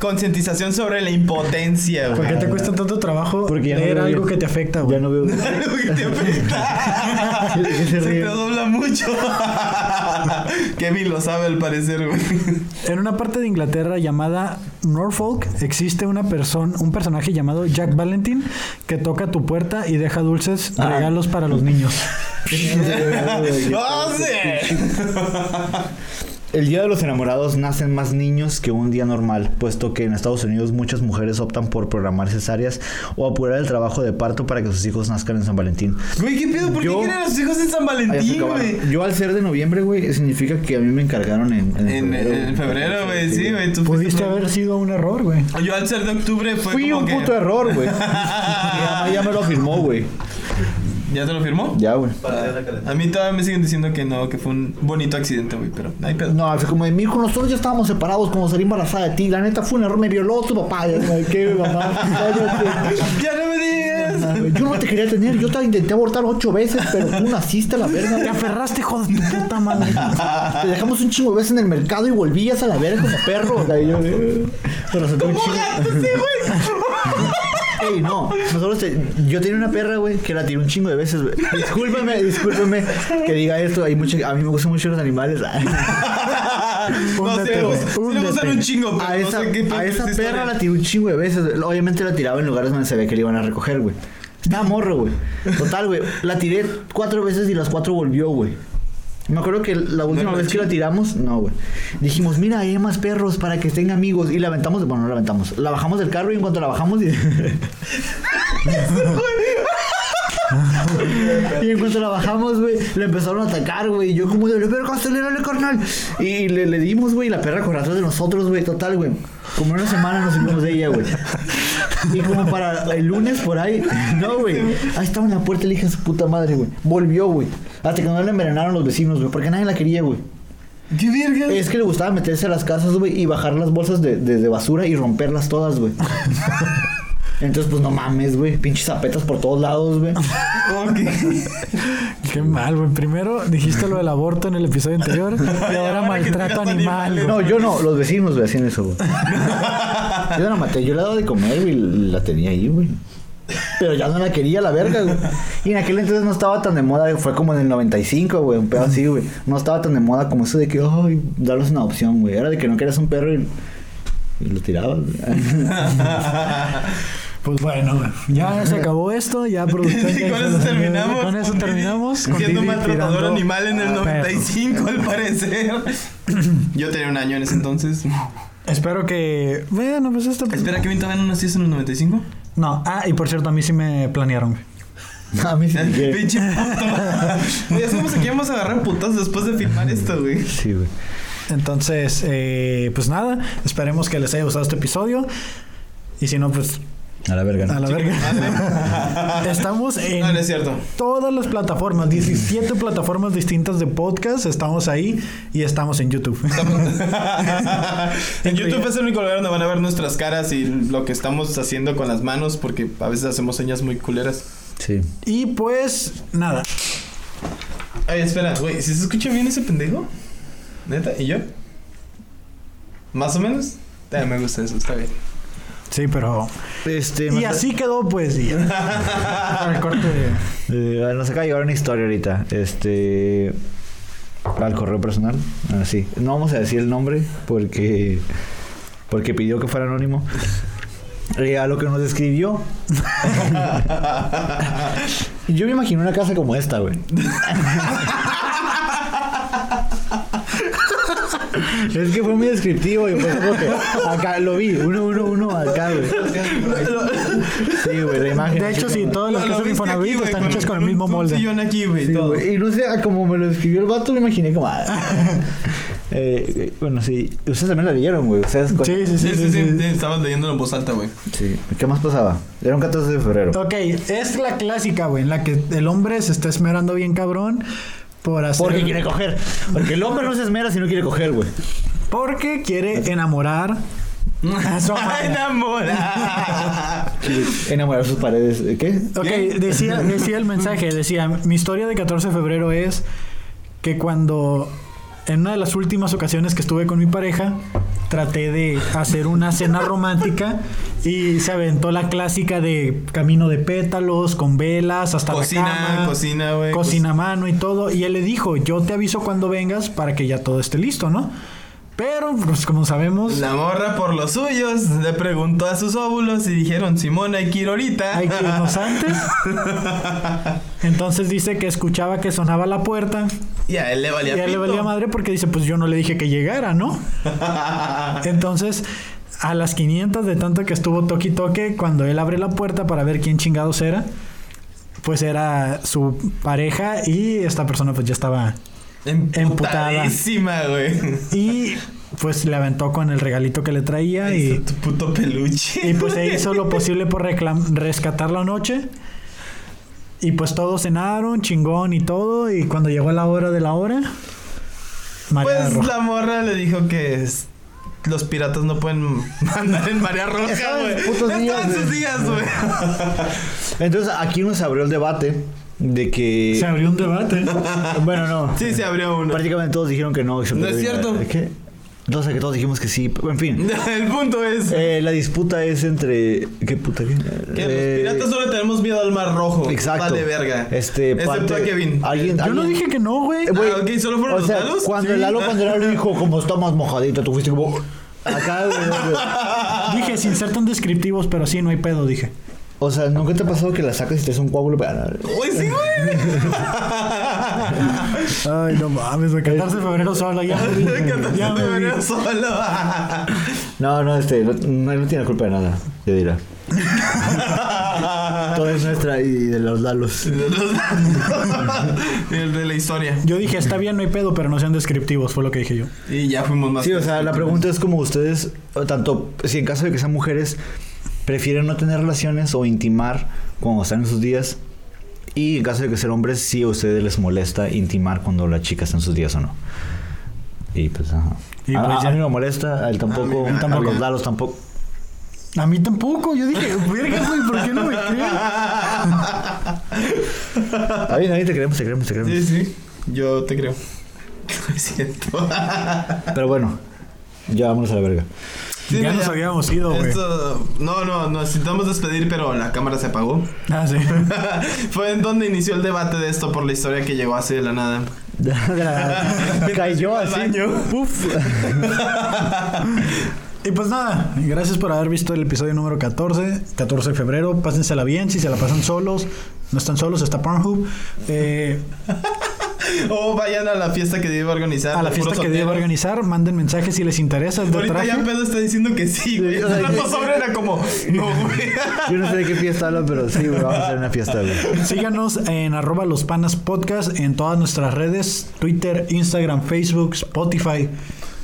Speaker 1: Concientización sobre la impotencia,
Speaker 3: ¿Por
Speaker 1: güey.
Speaker 3: qué te cuesta tanto trabajo
Speaker 2: Porque ya no
Speaker 3: leer
Speaker 2: veo
Speaker 3: algo
Speaker 2: bien.
Speaker 3: que te afecta,
Speaker 2: ya
Speaker 3: güey?
Speaker 2: no veo.
Speaker 3: [LAUGHS]
Speaker 1: Algo que te
Speaker 2: [LAUGHS]
Speaker 1: afecta.
Speaker 2: ¿Qué se
Speaker 1: Se te
Speaker 2: ríe?
Speaker 1: dobla mucho. [LAUGHS] Kevin lo sabe al parecer, güey.
Speaker 3: En una parte de Inglaterra llamada Norfolk existe una persona, un personaje llamado Jack Valentine que toca a tu puerta y deja dulces,
Speaker 2: Ah.
Speaker 3: regalos para los niños.
Speaker 1: ¡No sé!
Speaker 2: El Día de los Enamorados nacen más niños que un día normal, puesto que en Estados Unidos muchas mujeres optan por programar cesáreas o apurar el trabajo de parto para que sus hijos nazcan en San Valentín.
Speaker 1: Güey, ¿qué pedo? ¿Por
Speaker 2: Yo-
Speaker 1: qué quieren a los hijos en San
Speaker 2: Ah, ya se
Speaker 1: Valentín,
Speaker 2: acabaron.
Speaker 1: güey?
Speaker 2: Yo al ser de noviembre, güey, significa que a mí me encargaron en,
Speaker 1: En, en febrero, güey, sí, güey. tú
Speaker 3: Pudiste
Speaker 1: fuiste-
Speaker 3: haber sido un error, güey.
Speaker 1: Yo al ser de octubre fue
Speaker 2: Fui
Speaker 1: como
Speaker 2: un
Speaker 1: que-
Speaker 2: puto
Speaker 1: [LAUGHS]
Speaker 2: error, güey. Mi mamá ya me lo firmó, güey.
Speaker 1: ¿Ya te lo firmó?
Speaker 2: Ya, güey.
Speaker 9: Para hacer la caleta.
Speaker 1: A mí todavía me siguen diciendo que no, que fue un bonito accidente, güey, pero no hay pedo.
Speaker 2: [LAUGHS] No, así como de mi hijo, nosotros ya estábamos separados cuando salí embarazada de ti. La neta fue un error, me violó tu papá. Ya, güey, ¿Qué, mamá? Cállate.
Speaker 1: ¡Ya no me digas!
Speaker 2: Yo no te quería tener, yo te intenté abortar ocho veces, pero tú naciste a la verga.
Speaker 3: Te aferraste, hijo de tu puta madre.
Speaker 2: Te dejamos un chingo de veces en el mercado y volvías a la verga como perro. O sea, y yo, eh, me resultó un chingo. [LAUGHS] Ey, no, nosotros te- yo tenía una perra, güey, que la tiré un chingo de veces, güey. Discúlpeme, discúlpeme que diga esto. Hay mucho, a mí me gustan mucho los animales. Ah, [LAUGHS]
Speaker 1: no sé,
Speaker 3: Húndete,
Speaker 1: güey.
Speaker 3: güey,
Speaker 1: Sí le gustan un chingo, pero
Speaker 2: a
Speaker 1: no
Speaker 2: esa,
Speaker 1: sé qué
Speaker 2: a esa
Speaker 1: pinches
Speaker 2: perra
Speaker 1: historia.
Speaker 2: la tiré un chingo de veces. güey. Obviamente la tiraba en lugares donde se ve que le iban a recoger, güey. Estaba morro, güey. Total, güey. La tiré cuatro veces y las cuatro volvió, güey. Me acuerdo que la última
Speaker 1: era
Speaker 2: vez que la tiramos, no, güey. Dijimos, mira, ahí hay más perros para que estén amigos. Y la aventamos, bueno, no la aventamos. La bajamos del carro y en cuanto la bajamos. [LAUGHS] Y, y en cuanto la bajamos, güey, le empezaron a atacar, güey. Y yo, como de, verga, acelérale, carnal. Y le, le dimos, güey, y la perra corrió atrás de nosotros, güey. Total, güey. Como en una semana nos vimos de ella, güey. Y como para el lunes por ahí, no, güey. Ahí estaba en la puerta, le dije a su puta madre, güey. Volvió, güey. Hasta que no la envenenaron los vecinos, güey. Porque nadie la quería, güey.
Speaker 1: ¿Qué vergas?
Speaker 2: Es que le gustaba meterse a las casas, güey, y bajar las bolsas de, de- de basura y romperlas todas, güey. Entonces, pues no mames, güey. Pinches zapetas por todos lados, güey.
Speaker 3: Qué mal, güey. Primero dijiste lo del aborto en el
Speaker 1: [LAUGHS]
Speaker 3: episodio anterior y ahora
Speaker 1: ahora que
Speaker 3: maltrato
Speaker 1: tengas
Speaker 3: animal,
Speaker 1: animales.
Speaker 3: güey.
Speaker 2: No, yo no, los vecinos, güey, hacían eso, güey. Yo no la maté, yo le daba de comer, güey, y la tenía ahí, güey. Pero ya no la quería, la verga, güey. Y en aquel entonces no estaba tan de moda, fue como en el 95, güey, un pedo así, güey. No estaba tan de moda como eso de que, ay, darles una opción, güey. Era de que no querías un perro y, y lo tirabas, güey. [LAUGHS]
Speaker 3: Pues bueno, güey. Ya se acabó esto, ya producción.
Speaker 1: [LAUGHS] Sí,
Speaker 3: ya
Speaker 1: con
Speaker 3: hizo
Speaker 1: eso
Speaker 3: la-
Speaker 1: terminamos.
Speaker 3: Con eso
Speaker 1: Con
Speaker 3: terminamos.
Speaker 1: Didi Siendo
Speaker 3: Con
Speaker 1: un
Speaker 3: Didi
Speaker 1: maltratador
Speaker 3: tirando
Speaker 1: animal en el
Speaker 3: a perros.
Speaker 1: 95, al
Speaker 3: [LAUGHS]
Speaker 1: parecer. Yo tenía un año en ese entonces.
Speaker 3: Espero que. Bueno, pues esto.
Speaker 1: Espera, Kevin, ¿todavía no naciste en el 95?
Speaker 3: No, ah, y por cierto, a mí sí me planearon, güey.
Speaker 2: A mí
Speaker 3: [LAUGHS]
Speaker 2: sí. güey.
Speaker 1: [LAUGHS] Pinche puto. Güey, Ya sabemos que íbamos a agarrar putas después de filmar esto, güey.
Speaker 2: Sí, güey.
Speaker 3: Entonces, eh, pues nada, esperemos que les haya gustado este episodio. Y si no, pues
Speaker 2: A la verga. ¿no?
Speaker 3: a la verga. [LAUGHS] Estamos en
Speaker 1: No, no es cierto.
Speaker 3: todas las plataformas, 17 plataformas distintas de podcast. Estamos ahí y estamos en YouTube. [LAUGHS]
Speaker 1: en YouTube es el único lugar donde van a ver nuestras caras y lo que estamos haciendo con las manos, porque a veces hacemos señas muy culeras.
Speaker 2: Sí.
Speaker 3: y pues, nada.
Speaker 1: Ay, espera, güey, ¿si se escucha bien ese pendejo? ¿Neta? ¿Y yo? ¿Más o menos? Ah, me gusta eso, está [LAUGHS] bien.
Speaker 3: Sí, pero.
Speaker 2: Este,
Speaker 3: Y
Speaker 2: me-
Speaker 3: así quedó, pues. y ya. Para [LAUGHS] el corte de-
Speaker 2: Eh, nos acaba de llegar una historia ahorita. Este. Al correo personal. Así. No vamos a decir el nombre porque. Porque pidió que fuera anónimo. Eh, a lo que nos escribió. [LAUGHS] Yo me imagino una casa como esta, güey. [LAUGHS] Es que fue muy descriptivo, güey. Pues, como que acá lo vi. Uno, uno, uno, acá, güey. Sí, güey, la imagen.
Speaker 3: De hecho,
Speaker 2: así
Speaker 3: sí,
Speaker 2: como-
Speaker 3: todas las casas de Infonavit están hechas con el mismo molde.
Speaker 1: sillón aquí, güey,
Speaker 2: Sí,
Speaker 1: todo.
Speaker 2: güey. Y no sé, ah, como me lo escribió el vato, me imaginé como. [LAUGHS] ah. Eh, eh, bueno, sí. Ustedes también la leyeron, güey. ¿Ustedes cuál-
Speaker 3: Sí, sí,
Speaker 1: Sí,
Speaker 3: sí,
Speaker 1: sí, sí,
Speaker 3: sí.
Speaker 1: sí, estabas leyéndolo en voz alta, güey.
Speaker 2: Sí. ¿Qué más pasaba? Era un 14 de febrero.
Speaker 3: Ok, es la clásica, güey, en la que el hombre se está esmerando bien cabrón por hacer...
Speaker 2: Porque quiere coger. Porque el hombre no se esmera si no quiere coger, güey.
Speaker 3: Porque quiere enamorar
Speaker 1: [LAUGHS]
Speaker 3: a [LAUGHS] su amada.
Speaker 1: Enamora.
Speaker 3: [LAUGHS]
Speaker 2: Enamorar sus paredes. ¿eh, ¿Qué?
Speaker 3: Ok, decía, decía el mensaje, decía, mi historia de 14 de febrero es que cuando en una de las últimas ocasiones que estuve con mi pareja, traté de hacer una cena romántica y se aventó la clásica de camino de pétalos, con velas, hasta la
Speaker 1: Cocina,
Speaker 3: cama.
Speaker 1: cocina, pues. güey.
Speaker 3: Cocina a mano y todo. Y él le dijo, yo te aviso cuando vengas para que ya todo esté listo, ¿no? Pero, pues como sabemos,
Speaker 1: La morra por los suyos le preguntó a sus óvulos y dijeron, Simón, hay que ir ahorita.
Speaker 3: hay que
Speaker 1: [LAUGHS]
Speaker 3: irnos antes. Entonces dice que escuchaba que sonaba la puerta.
Speaker 1: Y a él le
Speaker 3: Y
Speaker 1: valía
Speaker 3: a él le
Speaker 1: pito.
Speaker 3: valía madre porque dice, pues yo no le dije que llegara, ¿no? Entonces, a las 500 de tanto que estuvo toque y toque, cuando él abre la puerta para ver quién chingados era, pues era su pareja y esta persona pues ya estaba
Speaker 1: [LAUGHS] Emputadísima, güey.
Speaker 3: Y pues le aventó con el regalito que le traía
Speaker 1: Ahí
Speaker 3: y,
Speaker 1: está Tu puto peluche.
Speaker 3: y, pues se hizo lo posible por reclam- rescatar la noche. Y pues todos cenaron, chingón y todo. Y cuando llegó la hora de la hora, María
Speaker 1: Pues
Speaker 3: Roja.
Speaker 1: la morra le dijo que es- los piratas no pueden andar en marea roja,
Speaker 2: Estaban
Speaker 1: güey.
Speaker 2: sus putos
Speaker 1: Estaban
Speaker 2: días,
Speaker 1: sus
Speaker 2: güey.
Speaker 1: días, güey.
Speaker 2: Entonces aquí nos abrió el debate de que.
Speaker 3: Se abrió
Speaker 1: [LAUGHS]
Speaker 3: un debate.
Speaker 2: Bueno, no.
Speaker 1: Sí, se abrió uno.
Speaker 2: Prácticamente todos dijeron que no. excepto
Speaker 1: No es
Speaker 2: Edwin.
Speaker 1: cierto.
Speaker 2: ¿Qué? No sé, que todos dijimos que sí. pero En fin.
Speaker 1: [LAUGHS] El punto es que
Speaker 2: Eh, la disputa es entre. ¿Qué puta? ¿Qué? Eh,
Speaker 1: los piratas solo tenemos miedo al mar rojo.
Speaker 2: Exacto.
Speaker 1: Vale, verga.
Speaker 2: Este,
Speaker 1: Excepto a Kevin.
Speaker 2: Alguien,
Speaker 3: Yo no
Speaker 2: alguien-
Speaker 3: dije que no, güey.
Speaker 2: Eh, güey,
Speaker 1: Ah, ok, ¿solo fueron
Speaker 2: o
Speaker 1: los
Speaker 2: sea,
Speaker 1: Lalos?
Speaker 2: Cuando
Speaker 1: Sí.
Speaker 2: el Lalo, cuando el Lalo dijo, como está más mojadito, tú fuiste como. Acá, güey, güey.
Speaker 3: Dije sin ser tan descriptivos, pero sí, no hay pedo, dije.
Speaker 2: O sea, ¿nunca te ha pasado que la sacas y te hace un coágulo? Ah, Pero,
Speaker 1: Uy, sí,
Speaker 2: [LAUGHS]
Speaker 1: güey.
Speaker 3: Ay, no mames, güey. 14 de febrero solo ya. ya me vi.
Speaker 1: Pero solo. [LAUGHS]
Speaker 2: No, no, este, no, no, él no tiene la culpa de nada, te dirá.
Speaker 1: Ah,
Speaker 2: Todo es nuestra y de los Lalos.
Speaker 1: El de la historia.
Speaker 3: Yo dije, está bien, no hay pedo, pero no sean descriptivos, fue lo que dije yo.
Speaker 1: Y ya fuimos más.
Speaker 2: Sí, o sea, la pregunta es como ustedes, o tanto si en caso de que sean mujeres, prefieren no tener relaciones o intimar cuando están en sus días. Y en caso de que sean hombres, si a ustedes les molesta intimar cuando la chica está en sus días o no. Y pues, ajá.
Speaker 3: Y
Speaker 2: a,
Speaker 3: pues
Speaker 2: a
Speaker 3: ya.
Speaker 2: mí no me molesta, a él tampoco,
Speaker 1: A mí-
Speaker 2: a
Speaker 1: tampoco.
Speaker 2: los Lalos tampoco.
Speaker 3: A mí tampoco, yo dije, verga, güey, ¿por qué no me creen?
Speaker 2: A mí, a mí te queremos, te queremos, te queremos.
Speaker 1: Sí, sí. Yo te creo. [LAUGHS] Lo siento.
Speaker 2: Pero bueno, ya vámonos a la
Speaker 1: [LAUGHS]
Speaker 2: verga.
Speaker 1: [LAUGHS] Sí,
Speaker 3: ya
Speaker 1: no,
Speaker 3: nos
Speaker 1: ya.
Speaker 3: habíamos ido,
Speaker 1: [LAUGHS]
Speaker 3: güey.
Speaker 1: Esto, no, no, nos intentamos despedir, pero la cámara se apagó. [LAUGHS]
Speaker 3: Ah, sí.
Speaker 1: Fue en donde inició el debate de esto por la historia que llegó así de la nada.
Speaker 2: De la- Cayó
Speaker 1: Al
Speaker 2: así.
Speaker 1: baño.
Speaker 2: Puf.
Speaker 3: Y pues nada, gracias por haber visto el episodio número 14, 14 de febrero. Pásensela bien, si se la pasan solos, no están solos, está Pornhub. Eh,
Speaker 1: O Oh, vayan a la fiesta que debe organizar.
Speaker 3: a la
Speaker 1: de
Speaker 3: fiesta
Speaker 1: puros
Speaker 3: que deba
Speaker 1: solteros.
Speaker 3: organizar, manden mensajes si les interesa el de
Speaker 1: Ahorita
Speaker 3: traje.
Speaker 1: ya Pedro está diciendo que sí, güey.
Speaker 2: Sí,
Speaker 1: [LAUGHS]
Speaker 2: o
Speaker 1: Hace
Speaker 2: sea,
Speaker 1: rato
Speaker 2: que-
Speaker 1: sobre era como, no, güey.
Speaker 2: Yo no sé de qué fiesta hablan, pero sí, güey, vamos a hacer una
Speaker 1: [LAUGHS]
Speaker 2: fiesta, güey.
Speaker 3: Síganos en arroba los panas podcast en todas nuestras redes, Twitter, Instagram, Facebook, Spotify,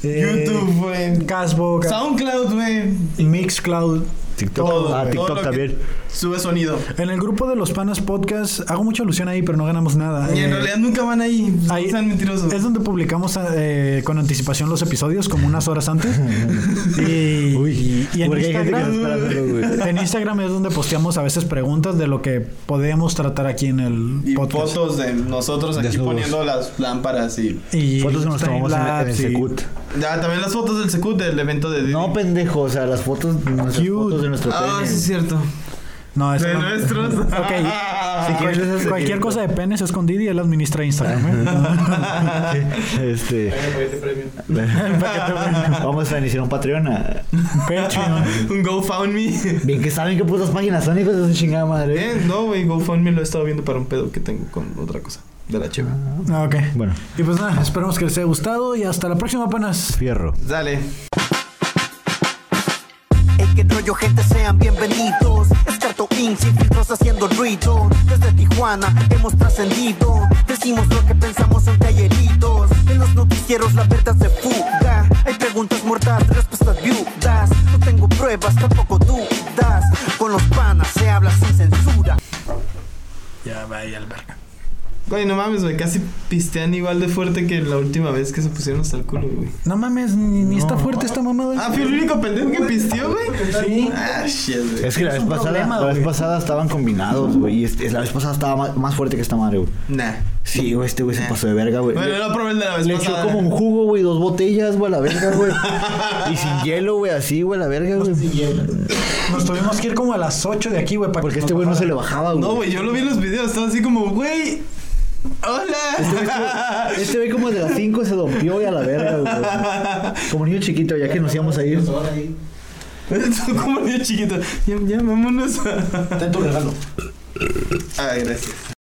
Speaker 3: eh,
Speaker 1: YouTube, güey.
Speaker 3: Castbox,
Speaker 1: SoundCloud, güey.
Speaker 3: Mixcloud.
Speaker 2: TikTok.
Speaker 1: Todo,
Speaker 2: ah,
Speaker 1: güey.
Speaker 2: TikTok
Speaker 1: Todo lo que
Speaker 2: también.
Speaker 1: Sube sonido.
Speaker 3: En el grupo de los panas podcast, hago mucha alusión ahí, pero no ganamos nada.
Speaker 1: Y en
Speaker 3: Eh,
Speaker 1: realidad nunca van ahí. pues,
Speaker 3: ahí-
Speaker 1: no sean mentirosos.
Speaker 3: Es donde publicamos eh, con anticipación los episodios, como unas
Speaker 1: [LAUGHS]
Speaker 3: horas antes. y, y en,
Speaker 2: porque hay gente que
Speaker 3: Instagram,
Speaker 2: no espera verlo, güey.
Speaker 3: en Instagram es donde posteamos a veces preguntas de lo que podemos tratar aquí en el
Speaker 1: Y
Speaker 3: podcast.
Speaker 1: fotos de nosotros aquí
Speaker 2: Desnudos.
Speaker 1: poniendo las lámparas y...
Speaker 3: Y
Speaker 2: Fotos que nos tomamos en, en el
Speaker 3: timelapse y-
Speaker 2: Secut.
Speaker 1: Ah, también las fotos del Secut, del evento de Didi.
Speaker 2: No, pues, pendejo, o sea, las fotos, nuestras
Speaker 3: Cute.
Speaker 2: fotos de nuestro
Speaker 1: Ah,
Speaker 2: pene.
Speaker 1: sí es cierto.
Speaker 3: No, eso
Speaker 1: De
Speaker 3: no.
Speaker 2: [LAUGHS]
Speaker 1: nuestros.
Speaker 3: Ok.
Speaker 1: [LAUGHS]
Speaker 2: Si
Speaker 3: Cual-
Speaker 2: quieres, es el
Speaker 3: cualquier
Speaker 2: directo.
Speaker 3: cosa de penes escondida y él administra
Speaker 2: [LAUGHS]
Speaker 3: Instagram. ¿eh?
Speaker 2: Este, [LAUGHS] vamos a iniciar un Patreon. ah.
Speaker 3: Patreon.
Speaker 1: Un
Speaker 2: [LAUGHS]
Speaker 1: GoFundMe.
Speaker 2: Bien que saben qué putas páginas son, hijos de su chingada madre.
Speaker 1: Eh, no, güey, GoFundMe lo he estado viendo para un pedo que tengo con otra cosa. de la cheva.
Speaker 3: Ah, ok.
Speaker 2: Bueno.
Speaker 3: Y pues nada, esperamos que les haya gustado y hasta la próxima apenas.
Speaker 2: Fierro.
Speaker 1: Dale.
Speaker 4: Ey, qué rollo, gente, sean bienvenidos. Es Carto Inc, sin filtros haciendo ruido. Desde Tijuana hemos trascendido. Decimos lo que pensamos son talleritos. En los noticieros la verdad se fuga. Hay preguntas mortales, respuestas viudas. No tengo pruebas, tampoco dudas. Con los panas se habla sin censura.
Speaker 3: Ya va ahí al verga.
Speaker 1: Güey, no mames, güey. Casi pistean igual de fuerte que la última vez que se pusieron hasta el culo, güey.
Speaker 3: No mames, ni, ni está fuerte esta mamada.
Speaker 1: Ah, fui el único pendejo que pisteó, güey.
Speaker 3: Sí.
Speaker 1: Ah, shit, güey.
Speaker 2: Es que la
Speaker 3: Es
Speaker 2: vez,
Speaker 3: un
Speaker 2: pasada,
Speaker 3: problema,
Speaker 2: la vez
Speaker 3: güey.
Speaker 2: pasada estaban combinados, güey. Y este- la vez pasada estaba más, más fuerte que esta madre, güey.
Speaker 1: Nah.
Speaker 2: Sí, güey, este güey se pasó de verga, güey.
Speaker 1: Eh. Bueno, no probé el de la vez
Speaker 2: Le echó
Speaker 1: pasada.
Speaker 2: como un jugo, güey, dos botellas, güey, a la verga,
Speaker 1: [LAUGHS]
Speaker 2: güey. y sin hielo, güey, así, güey, a la verga, güey.
Speaker 3: Nos tuvimos que ir como a las 8 de aquí, güey, para
Speaker 2: Porque
Speaker 3: que
Speaker 2: este
Speaker 3: nos
Speaker 2: güey no
Speaker 3: bajara.
Speaker 2: se le bajaba, güey.
Speaker 1: No, güey, yo lo vi en los videos. Estaba así como, güey.
Speaker 2: Este
Speaker 1: [LAUGHS]
Speaker 2: güey
Speaker 1: Hola.
Speaker 2: como- Este güey como de las 5 se dompió y a la verga, güey. Como niño chiquito, ya que nos íbamos a ir.
Speaker 1: Tú como niño chiquito. Ya, ya, vámonos.
Speaker 10: Está en tu regalo.
Speaker 1: Ah, gracias.